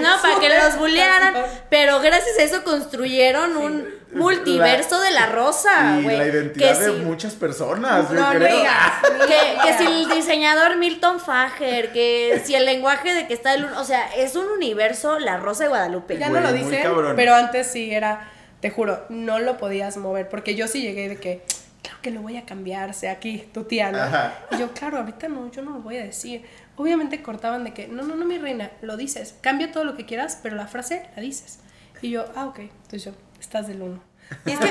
Speaker 1: <laughs>
Speaker 2: ¿no? Para
Speaker 1: Su
Speaker 2: que los bullearan.
Speaker 1: reputación.
Speaker 2: Pero gracias a eso construyeron un multiverso de la rosa,
Speaker 3: y
Speaker 2: güey.
Speaker 3: la identidad
Speaker 2: que
Speaker 3: de
Speaker 2: si-
Speaker 3: muchas personas, yo
Speaker 1: No, no
Speaker 3: creo.
Speaker 1: digas.
Speaker 2: que, que
Speaker 1: Mira.
Speaker 2: si el diseñador Milton Fager, que si el lenguaje de que está el... un- O sea, es un universo la rosa de Guadalupe.
Speaker 1: ya
Speaker 3: Güey,
Speaker 1: no lo
Speaker 3: muy
Speaker 1: dicen,
Speaker 3: cabrón.
Speaker 1: pero antes sí era, te juro, no lo podías mover, porque yo sí llegué de que, claro que lo voy a cambiarse aquí, tu tía, ¿no?
Speaker 3: Ajá.
Speaker 1: Y yo, claro, ahorita no, yo no lo voy a decir. Obviamente cortaban de que, no, no, no, mi reina, lo dices, cambia todo lo que quieras, pero la frase la dices. Y yo, ah, ok, entonces yo, estás del uno.
Speaker 2: Y
Speaker 1: <laughs>
Speaker 2: es que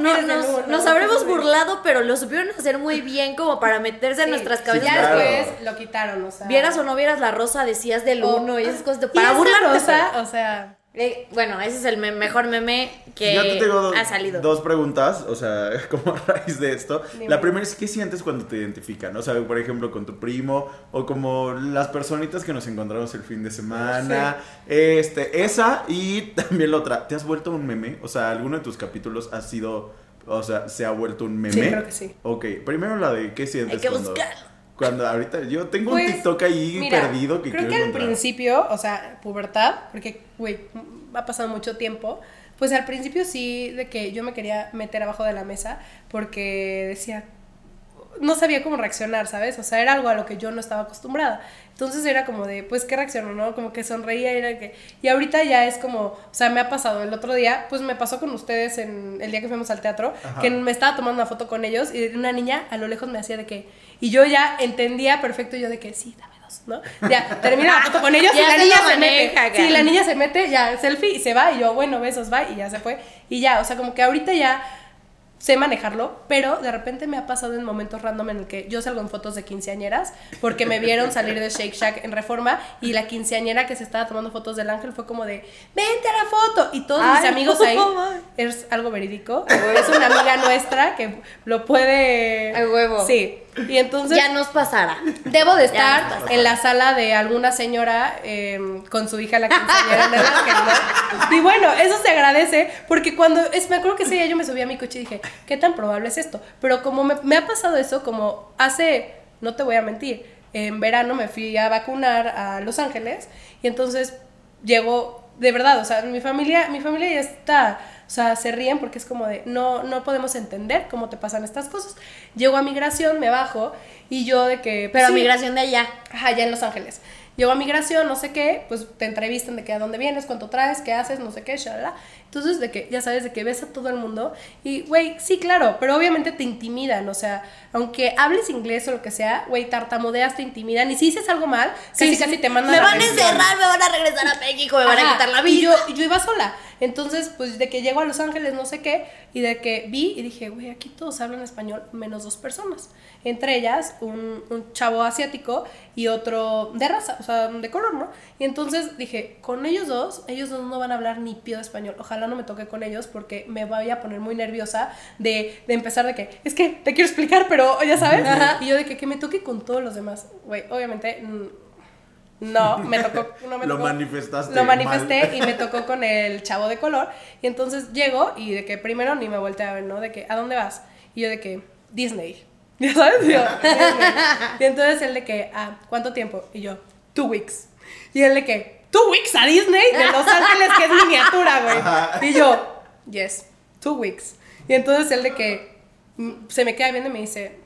Speaker 2: no,
Speaker 1: Eres del
Speaker 2: nos,
Speaker 1: uno,
Speaker 2: nos
Speaker 1: no
Speaker 2: habremos
Speaker 1: puedes venir.
Speaker 2: burlado, pero lo supieron hacer muy bien como para meterse en
Speaker 1: Sí,
Speaker 2: nuestras
Speaker 1: sí,
Speaker 2: cabezas.
Speaker 1: Ya
Speaker 3: Claro.
Speaker 1: después lo quitaron, o sea.
Speaker 2: Vieras o no vieras la rosa, decías del
Speaker 1: O-
Speaker 2: uno y esas cosas. De,
Speaker 1: Oh. Y
Speaker 2: para
Speaker 1: esa
Speaker 2: burlarnos.
Speaker 1: rosa, o sea,
Speaker 2: Eh, bueno, ese es el me- mejor meme que
Speaker 3: Ah, Yo te tengo do-
Speaker 2: ha salido.
Speaker 3: dos preguntas, o sea, <laughs> como a raíz de esto.
Speaker 1: Dime.
Speaker 3: La primera es, ¿qué sientes cuando te identifican? O sea, por ejemplo, con tu primo o como las personitas que nos encontramos el fin de semana. Este, esa y <laughs> también la otra. ¿Te has vuelto un meme? O sea, ¿alguno de tus capítulos ha sido, o sea, se ha vuelto un meme?
Speaker 1: Sí, creo que sí.
Speaker 3: Ok, primero la de, ¿qué sientes
Speaker 2: Hay que
Speaker 3: cuando...?
Speaker 2: buscarlo.
Speaker 3: Cuando ahorita yo tengo un
Speaker 1: Pues,
Speaker 3: TikTok ahí
Speaker 1: mira,
Speaker 3: perdido que
Speaker 1: creo
Speaker 3: quiero
Speaker 1: que al
Speaker 3: encontrar.
Speaker 1: principio, o sea, pubertad, porque, güey, ha pasado mucho tiempo. Pues al principio sí, de que yo me quería meter abajo de la mesa porque decía, no sabía cómo reaccionar, ¿sabes? O sea, era algo a lo que yo no estaba acostumbrada. Entonces era como de, pues, ¿qué reacciono, no? Como que sonreía y era que... Y ahorita ya es como, o sea, me ha pasado el otro día, pues me pasó con ustedes en el día que fuimos al teatro,
Speaker 3: Ajá.
Speaker 1: que me estaba tomando una foto con ellos y una niña a lo lejos me hacía de que... Y yo ya entendía perfecto yo de que, sí, dame dos, ¿no? Ya, termina la foto
Speaker 2: <laughs>
Speaker 1: con ellos y
Speaker 2: Ya
Speaker 1: la
Speaker 2: se
Speaker 1: niña
Speaker 2: lo
Speaker 1: se
Speaker 2: maneja,
Speaker 1: mete. Sí,
Speaker 2: cara.
Speaker 1: la niña se mete, ya, selfie y se va y yo, bueno, besos, bye, y ya se fue. Y ya, o sea, como que ahorita ya sé manejarlo, pero de repente me ha pasado en momentos random en el que yo salgo en fotos de quinceañeras porque me vieron salir de Shake Shack en Reforma y la quinceañera que se estaba tomando fotos del ángel fue como de, vente a la foto y todos mis
Speaker 2: Ay,
Speaker 1: amigos
Speaker 2: no,
Speaker 1: ahí,
Speaker 2: ma.
Speaker 1: es algo verídico, es una amiga nuestra que lo puede...
Speaker 2: A huevo.
Speaker 1: Sí, y entonces...
Speaker 2: ya nos pasará.
Speaker 1: Debo de
Speaker 2: Ya
Speaker 1: estar
Speaker 2: nos
Speaker 1: en la sala de alguna señora eh, con su hija la quinceañera en el ángel, ¿no? Y bueno, eso se agradece porque cuando, es, me acuerdo que ese día yo me subí a mi coche y dije, ¿qué tan probable es esto? Pero como me, me ha pasado eso, como hace, no te voy a mentir, en verano me fui a vacunar a Los Ángeles y entonces llego, de verdad, o sea, mi familia, mi familia ya está, o sea, se ríen porque es como de, no, no podemos entender cómo te pasan estas cosas. Llego a migración, me bajo y yo de que...
Speaker 2: Pero
Speaker 1: sí,
Speaker 2: migración de allá.
Speaker 1: Ajá, ya en Los Ángeles. Llego a migración, no sé qué, pues te entrevistan de que a dónde vienes, cuánto traes, qué haces, no sé qué, shalala. Entonces, de que, ya sabes, de que ves a todo el mundo y, güey, sí, claro, pero obviamente te intimidan, o sea, aunque hables inglés o lo que sea, güey, tartamudeas, te intimidan y si dices algo mal,
Speaker 2: Sí,
Speaker 1: casi
Speaker 2: sí.
Speaker 1: casi te mandan
Speaker 2: Me
Speaker 1: la
Speaker 2: van a
Speaker 1: revisión.
Speaker 2: encerrar, me van a regresar a México, me van a
Speaker 1: Ajá,
Speaker 2: quitar la
Speaker 1: y
Speaker 2: vida.
Speaker 1: yo, y yo iba sola. Entonces, pues de que llego a Los Ángeles, no sé qué, y de que vi y dije, güey, aquí todos hablan español, menos dos personas. Entre ellas, un, un chavo asiático y otro de raza, o sea, de color, ¿no? Y entonces dije, con ellos dos, ellos dos no van a hablar ni pío de español. Ojalá no me toque con ellos porque me voy a poner muy nerviosa de, de empezar de que, es que te quiero explicar, pero ya sabes. <laughs> Y yo de que, que me toque con todos los demás. Güey, obviamente. mm, No, me tocó, no me
Speaker 3: Lo
Speaker 1: tocó.
Speaker 3: manifestaste
Speaker 1: Lo manifesté
Speaker 3: mal.
Speaker 1: y me tocó con el chavo de color. Y entonces llego y de que primero ni me volteé a ver, ¿no? De que, ¿a dónde vas? Y yo de que, Disney. <laughs> ¿Ya sabes? Y
Speaker 3: <laughs>
Speaker 1: yo, Disney. Y entonces él de que, ah, ¿cuánto tiempo? Y yo, two weeks. Y él de que, two weeks a Disney de Los Ángeles, que es miniatura,
Speaker 3: Ajá.
Speaker 1: güey. Y yo, yes, two weeks. Y entonces él de que, mm, se me queda viendo y me dice,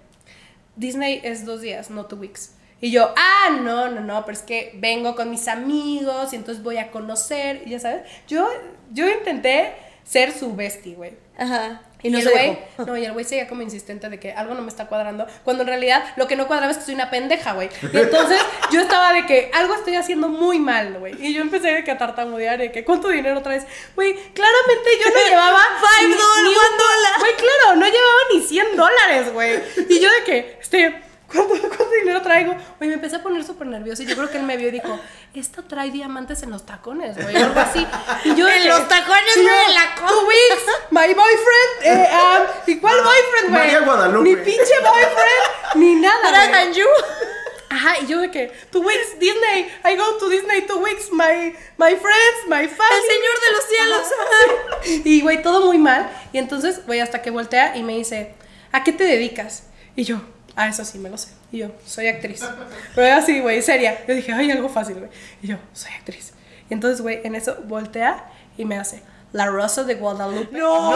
Speaker 1: Disney es dos días, no two weeks. Y yo, ah, no, no, no, pero es que vengo con mis amigos y entonces voy a conocer, y ya sabes. Yo, yo intenté ser su bestie, güey.
Speaker 2: Ajá.
Speaker 1: Y, el güey, no, y el güey seguía como insistente de que algo no me está cuadrando, cuando en realidad lo que no cuadraba es que soy una pendeja, güey. Y
Speaker 2: <laughs>
Speaker 1: entonces yo estaba de que algo estoy haciendo muy mal, güey. Y yo empecé de que a tartamudear de que cuánto dinero traes. Güey, claramente yo no llevaba
Speaker 2: <laughs> Five
Speaker 1: ni-
Speaker 2: dólares,
Speaker 1: ni un
Speaker 2: one
Speaker 1: dólar.
Speaker 2: dollar.
Speaker 1: Güey, claro, no llevaba ni 100 dólares, güey. Y yo de que, este, ¿cuánto, cuánto dinero traigo? Güey, me empecé a poner súper nerviosa y yo creo que él me vio y dijo, esta trae diamantes en los tacones, güey, o algo así. Y yo de
Speaker 2: En
Speaker 1: que-
Speaker 2: los tacones,
Speaker 1: y yo,
Speaker 2: güey, en la co-
Speaker 1: "Two weeks, my boyfriend, eh, um, ¿y cuál boyfriend, güey?
Speaker 3: Ah, María Guadalupe.
Speaker 1: Ni pinche boyfriend, ni nada, güey.
Speaker 2: Para you.
Speaker 1: Ajá, y yo de que, two weeks, Disney, I go to Disney two weeks, my, my friends, my family.
Speaker 2: El señor de los
Speaker 1: <laughs>
Speaker 2: cielos.
Speaker 1: Y, güey, todo muy mal. Y entonces, güey, hasta que voltea y me dice, ¿a qué te dedicas? Y yo, ah, eso sí, me lo sé. Y yo, soy actriz. Pero era así, güey, seria. Yo dije, ay, algo fácil, güey. Y yo, soy actriz. Y entonces, güey, en eso voltea y me hace, La Rosa de Guadalupe.
Speaker 2: No.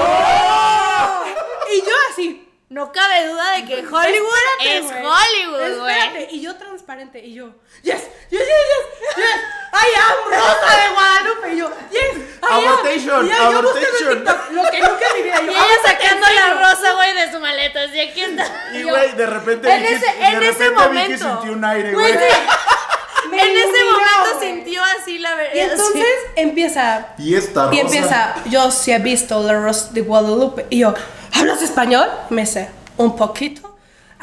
Speaker 1: Y yo así.
Speaker 2: No cabe duda de que Hollywood
Speaker 1: espérate,
Speaker 2: es
Speaker 1: güey.
Speaker 2: Hollywood, güey.
Speaker 1: Espérate. Y yo transparente, y yo, yes, yes, yes, yes, yes. I am Rosa de Guadalupe. Y yo, yes, I
Speaker 3: Abortation,
Speaker 1: am. Y ya, yo buscando en
Speaker 3: abortation.
Speaker 1: TikTok, Lo que nunca en mi vida.
Speaker 2: Y
Speaker 1: yo,
Speaker 2: ella
Speaker 1: "Abortation".
Speaker 2: sacando la rosa, güey, de su maleta. Así aquí está.
Speaker 3: Y
Speaker 1: Yo-
Speaker 3: güey, de repente
Speaker 2: En
Speaker 3: vi que-
Speaker 2: ese- en
Speaker 3: de
Speaker 2: ese
Speaker 3: repente vi que
Speaker 2: momento.
Speaker 3: sintió un aire,
Speaker 2: Güey,
Speaker 3: güey.
Speaker 1: Me
Speaker 2: en ese
Speaker 1: iluminó,
Speaker 2: momento
Speaker 1: güey.
Speaker 2: sintió así la eh, verdad.
Speaker 1: Y entonces empieza.
Speaker 3: Y esta rosa.
Speaker 1: Y empieza. Yo sí he visto la Rosa de Guadalupe. Y yo, ¿hablas español? Me dice, un poquito.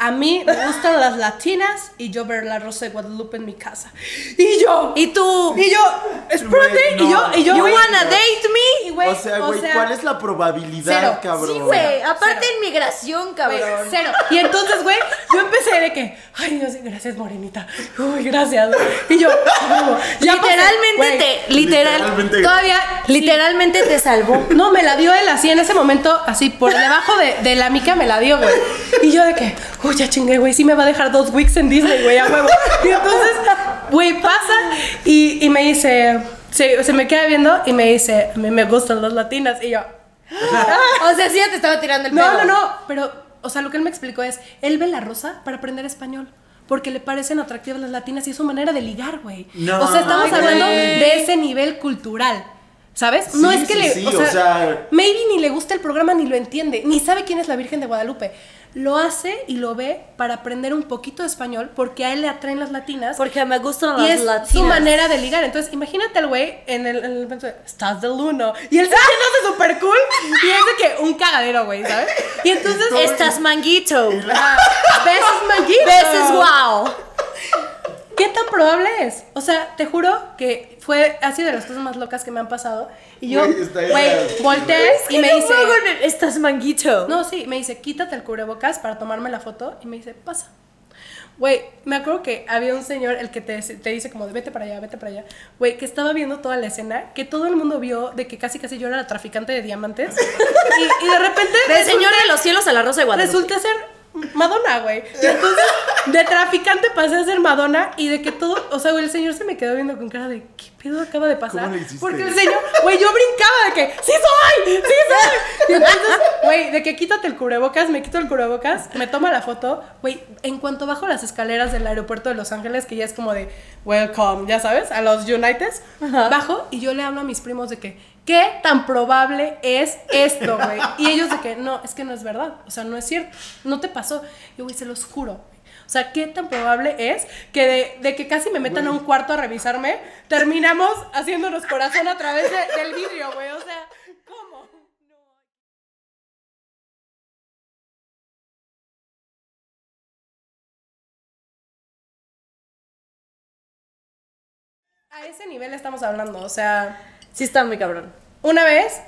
Speaker 1: a mí me gustan las latinas y yo ver la Rosa de Guadalupe en mi casa. Y yo, y,
Speaker 2: Y tú,
Speaker 1: yo, espérate,
Speaker 3: Güey, no.
Speaker 1: y yo, y yo.
Speaker 2: you
Speaker 1: güey,
Speaker 2: wanna date me?
Speaker 1: y güey,
Speaker 3: o sea, güey, ¿cuál es la probabilidad,
Speaker 1: cero.
Speaker 3: cabrón?
Speaker 2: Sí, güey. Aparte
Speaker 1: Cero.
Speaker 2: en migración,
Speaker 1: güey,
Speaker 2: cabrón.
Speaker 1: cero. Y entonces, güey, yo empecé de que, ay, Dios, gracias, morenita. Uy, gracias. Y yo, "Ah, ya pasé".
Speaker 2: Literalmente
Speaker 1: Güey,
Speaker 2: te, literal,
Speaker 3: Literalmente.
Speaker 2: todavía, literalmente
Speaker 1: <laughs>
Speaker 2: te salvó.
Speaker 1: No, me la dio él así en ese momento, así por debajo de, de la mica me la dio, güey. Y yo de que, uy, ya chingué, güey, sí me va a dejar dos weeks en Disney, güey, a huevo. Y entonces, güey, pasa y, y me dice, se, se me queda viendo y me dice, a mí me gustan las latinas. Y yo,
Speaker 2: O sea, sí ya te estaba tirando el
Speaker 1: no, no,
Speaker 2: pedo.
Speaker 1: no, pero, o sea, lo que él me explicó es, él ve la rosa para aprender español. Porque le parecen atractivas las latinas y es su manera de ligar, güey.
Speaker 3: No,
Speaker 1: o sea, estamos
Speaker 3: güey.
Speaker 1: hablando de ese nivel cultural. ¿Sabes? no
Speaker 3: Sí,
Speaker 1: es que
Speaker 3: sí,
Speaker 1: le.
Speaker 3: sí, o sea-
Speaker 1: Maybe ni le gusta el programa ni lo entiende, ni sabe quién es la Virgen de Guadalupe. Lo hace y lo ve para aprender un poquito de español porque a él le atraen las latinas.
Speaker 2: Porque me gustan
Speaker 1: Y
Speaker 2: las
Speaker 1: es
Speaker 2: latinas.
Speaker 1: su manera de ligar. Entonces, imagínate al güey en el, en el evento de, estás del uno. Y él se hace súper cool. Y es de que un cagadero, güey, ¿sabes? Y entonces,
Speaker 2: Estás manguito.
Speaker 1: <laughs> ah, besos manguito.
Speaker 2: Veces wow.
Speaker 1: ¿Qué tan probable es? O sea, te juro que fue, ha sido de las cosas más locas que me han pasado. Y yo,
Speaker 3: Güey, está ya-
Speaker 1: güey, volteé y me dice,
Speaker 2: Estás manguito.
Speaker 1: No, sí, me dice, quítate el cubrebocas para tomarme la foto. Y me dice, pasa. Güey, me acuerdo que había un señor, el que te, te dice como, de, vete para allá, vete para allá. Güey, que estaba viendo toda la escena, que todo el mundo vio de que casi casi yo era la traficante de diamantes. y, y de repente...
Speaker 2: Del
Speaker 1: resulta-
Speaker 2: Señor de los Cielos a la Rosa de Guadalupe.
Speaker 1: Resulta ser Madonna, güey. Y entonces, de traficante pasé a ser Madonna y de que todo, o sea, güey, el señor se me quedó viendo con cara de, ¿qué pedo acaba de pasar?
Speaker 3: ¿Cómo le hiciste?
Speaker 1: Porque el señor, güey, yo brincaba de que, ¡sí soy! ¡sí soy! Y entonces, güey, de que quítate el cubrebocas, me quito el cubrebocas, me toma la foto, güey, en cuanto bajo las escaleras del aeropuerto de Los Ángeles, que ya es como de, welcome, ya sabes, a los Uniteds, bajo y yo le hablo a mis primos de que, ¿qué tan probable es esto, güey? Y ellos de que, no, es que no es verdad, o sea, no es cierto, no te pasó. Yo, güey, se los juro. O sea, ¿qué tan probable es que de, de que casi me metan a un cuarto a revisarme, terminamos haciéndonos corazón a través de- del vidrio, güey? O sea, ¿cómo? A ese nivel estamos hablando, o sea...
Speaker 2: Sí está muy cabrón.
Speaker 1: Una vez,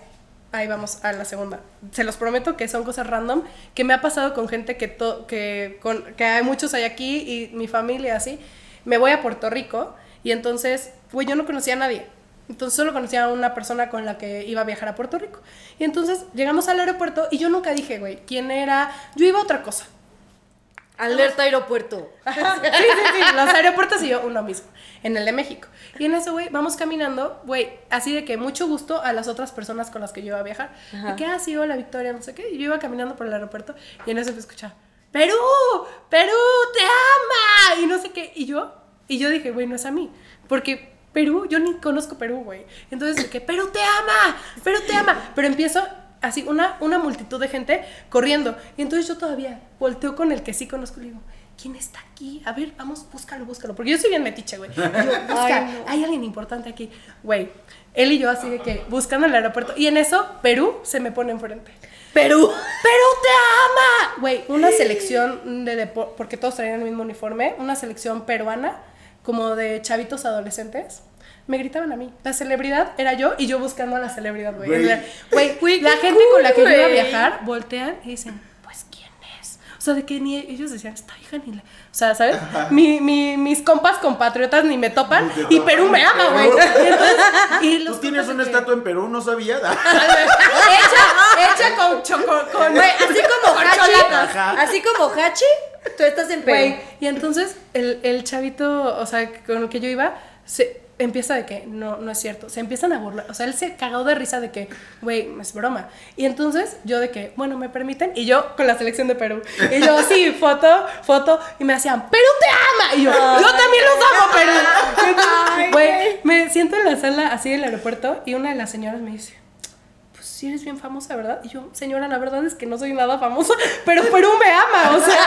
Speaker 1: ahí vamos a la segunda. Se los prometo que son cosas random que me ha pasado con gente que to- que con que hay muchos hay aquí y mi familia así. Me voy a Puerto Rico y entonces, güey, yo no conocía a nadie. Entonces solo conocía a una persona con la que iba a viajar a Puerto Rico. Y entonces llegamos al aeropuerto y yo nunca dije, güey, quién era. Yo iba a otra cosa.
Speaker 2: Alerta aeropuerto.
Speaker 1: <laughs> Sí, sí, sí, los aeropuertos y yo uno mismo, en el de México. Y en eso, güey, vamos caminando, güey, así de que mucho gusto a las otras personas con las que yo iba a viajar.
Speaker 2: Ajá.
Speaker 1: ¿Y qué ha sido la victoria? No sé qué. Y yo iba caminando por el aeropuerto y en eso me escuchaba, Perú, Perú, te ama. Y no sé qué. Y yo, y yo dije, güey, no es a mí. Porque Perú, yo ni conozco Perú, güey. Entonces, de que Perú te ama, Perú te ama. Pero empiezo así, una, una multitud de gente corriendo. Y entonces yo todavía volteo con el que sí conozco y le digo, ¿quién está aquí? A ver, vamos, búscalo, búscalo. Porque yo soy bien metiche, güey. Y
Speaker 2: <laughs>
Speaker 1: yo, busca,
Speaker 2: Ay,
Speaker 1: hay alguien importante aquí. Güey, él y yo así de que buscando el aeropuerto. Y en eso, Perú se me pone enfrente.
Speaker 2: Perú.
Speaker 1: ¡Perú te ama! Güey, una selección de deporte, porque todos traían el mismo uniforme, una selección peruana, como de chavitos adolescentes. Me gritaban a mí. La celebridad era yo y yo buscando a la celebridad, güey.
Speaker 3: Güey.
Speaker 1: La- Güey,
Speaker 2: Güey,
Speaker 1: la
Speaker 2: qué
Speaker 1: gente con la que
Speaker 2: cool,
Speaker 1: yo iba a
Speaker 2: güey.
Speaker 1: viajar voltean y dicen, pues, ¿quién es? O sea, de que ni ellos decían, esta hija ni la... O sea, ¿sabes? Mi- mi- mis compas compatriotas ni me topan
Speaker 3: Ni te
Speaker 1: y
Speaker 3: topan,
Speaker 1: Perú me ama, güey. Y entonces- y los
Speaker 3: Tú tienes
Speaker 1: compas
Speaker 3: una
Speaker 1: de que-
Speaker 3: estatua en Perú, no sabía.
Speaker 1: <laughs>
Speaker 3: <laughs>
Speaker 1: Hecha, hecha con choco... Con,
Speaker 2: Güey, así
Speaker 3: <laughs>
Speaker 2: como Hachi.
Speaker 3: Ajá.
Speaker 2: Así como Hachi, tú estás en
Speaker 1: Güey,
Speaker 2: Perú.
Speaker 1: y entonces el, el chavito, o sea, con el que yo iba, se empieza de que no, no es cierto. Se empiezan a burlar. O sea, él se cagó de risa de que, güey, es broma. Y entonces yo de que, bueno, me permiten. Y yo con la selección de Perú. Y yo, sí, foto, foto. Y me hacían, Perú te ama. Y yo, yo también los amo, Perú. Y entonces, Güey, me siento en la sala así del aeropuerto y una de las señoras me dice, pues sí eres bien famosa, ¿verdad? Y yo, señora, la verdad es que <laughs> no soy nada famosa, <laughs> pero Perú me ama, o sea.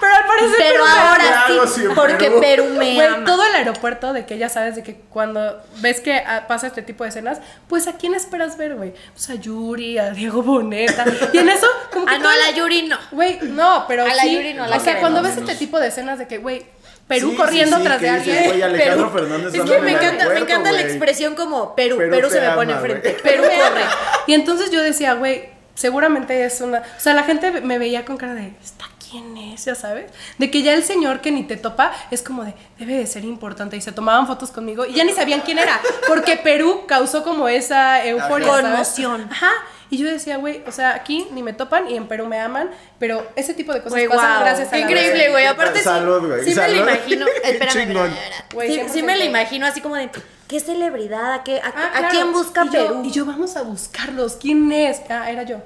Speaker 1: pero al parecer
Speaker 2: Pero
Speaker 1: Perú me
Speaker 2: ahora
Speaker 1: ama.
Speaker 3: algo así en
Speaker 2: porque
Speaker 3: Perú.
Speaker 2: Perú, me
Speaker 1: Güey,
Speaker 2: ama.
Speaker 1: todo el aeropuerto de que ya sabes de que cuando ves que ah, pasa este tipo de escenas, pues a quién esperas ver, güey. Pues a Yuri, a Diego Boneta. Y en eso, como que.
Speaker 2: Ah, no,
Speaker 1: todo
Speaker 2: a
Speaker 1: el-
Speaker 2: la Yuri no.
Speaker 1: Güey, no, pero.
Speaker 2: A la
Speaker 1: sí,
Speaker 2: Yuri no, a la
Speaker 1: O sea,
Speaker 2: Karen,
Speaker 1: cuando
Speaker 3: no,
Speaker 1: ves este
Speaker 3: menos.
Speaker 1: tipo de escenas de que, güey, Perú
Speaker 3: Sí, sí,
Speaker 1: corriendo
Speaker 3: sí,
Speaker 1: tras
Speaker 3: que
Speaker 1: de
Speaker 3: dices,
Speaker 1: alguien.
Speaker 3: güey, Alejandro
Speaker 1: Perú.
Speaker 3: Fernández
Speaker 2: Es
Speaker 3: dándome
Speaker 2: que
Speaker 3: en
Speaker 2: me
Speaker 3: el
Speaker 2: encanta, me
Speaker 3: aeropuerto,
Speaker 2: encanta la
Speaker 3: güey.
Speaker 2: expresión como Perú,
Speaker 3: Perú
Speaker 2: Perú,
Speaker 3: te
Speaker 2: se me pone
Speaker 3: ama,
Speaker 2: enfrente. <laughs>
Speaker 3: güey.
Speaker 2: Perú corre.
Speaker 1: Y entonces yo decía, güey, seguramente es una. O sea, la gente me veía con cara de, ¿esta quién es? Ya sabes. De que ya el señor que ni te topa es como de, debe de ser importante. Y se tomaban fotos conmigo y ya ni sabían quién era. Porque Perú causó como esa euforia.
Speaker 2: Ajá.
Speaker 1: ¿sabes?
Speaker 2: Conmoción.
Speaker 1: Ajá. Y yo decía, güey, o sea, aquí ni me topan y en Perú me aman. Pero ese tipo de cosas
Speaker 2: Güey,
Speaker 1: pasan
Speaker 2: guau.
Speaker 1: pues gracias a
Speaker 2: Qué
Speaker 1: la
Speaker 2: increíble,
Speaker 1: red.
Speaker 2: güey. Aparte sí,
Speaker 3: Salud, güey,
Speaker 2: sí me
Speaker 3: salud.
Speaker 2: lo imagino.
Speaker 3: <laughs> Qué
Speaker 2: Espérame,
Speaker 3: chingón.
Speaker 2: espérame, espérame.
Speaker 1: Güey,
Speaker 2: Sí, sí me lo
Speaker 1: 100%.
Speaker 2: imagino así como de qué celebridad, a qué a,
Speaker 1: Ah,
Speaker 2: a
Speaker 1: claro.
Speaker 2: quién busca
Speaker 1: Y yo-
Speaker 2: Perú.
Speaker 1: y yo vamos a buscarlos. ¿Quién es? Ah, era yo.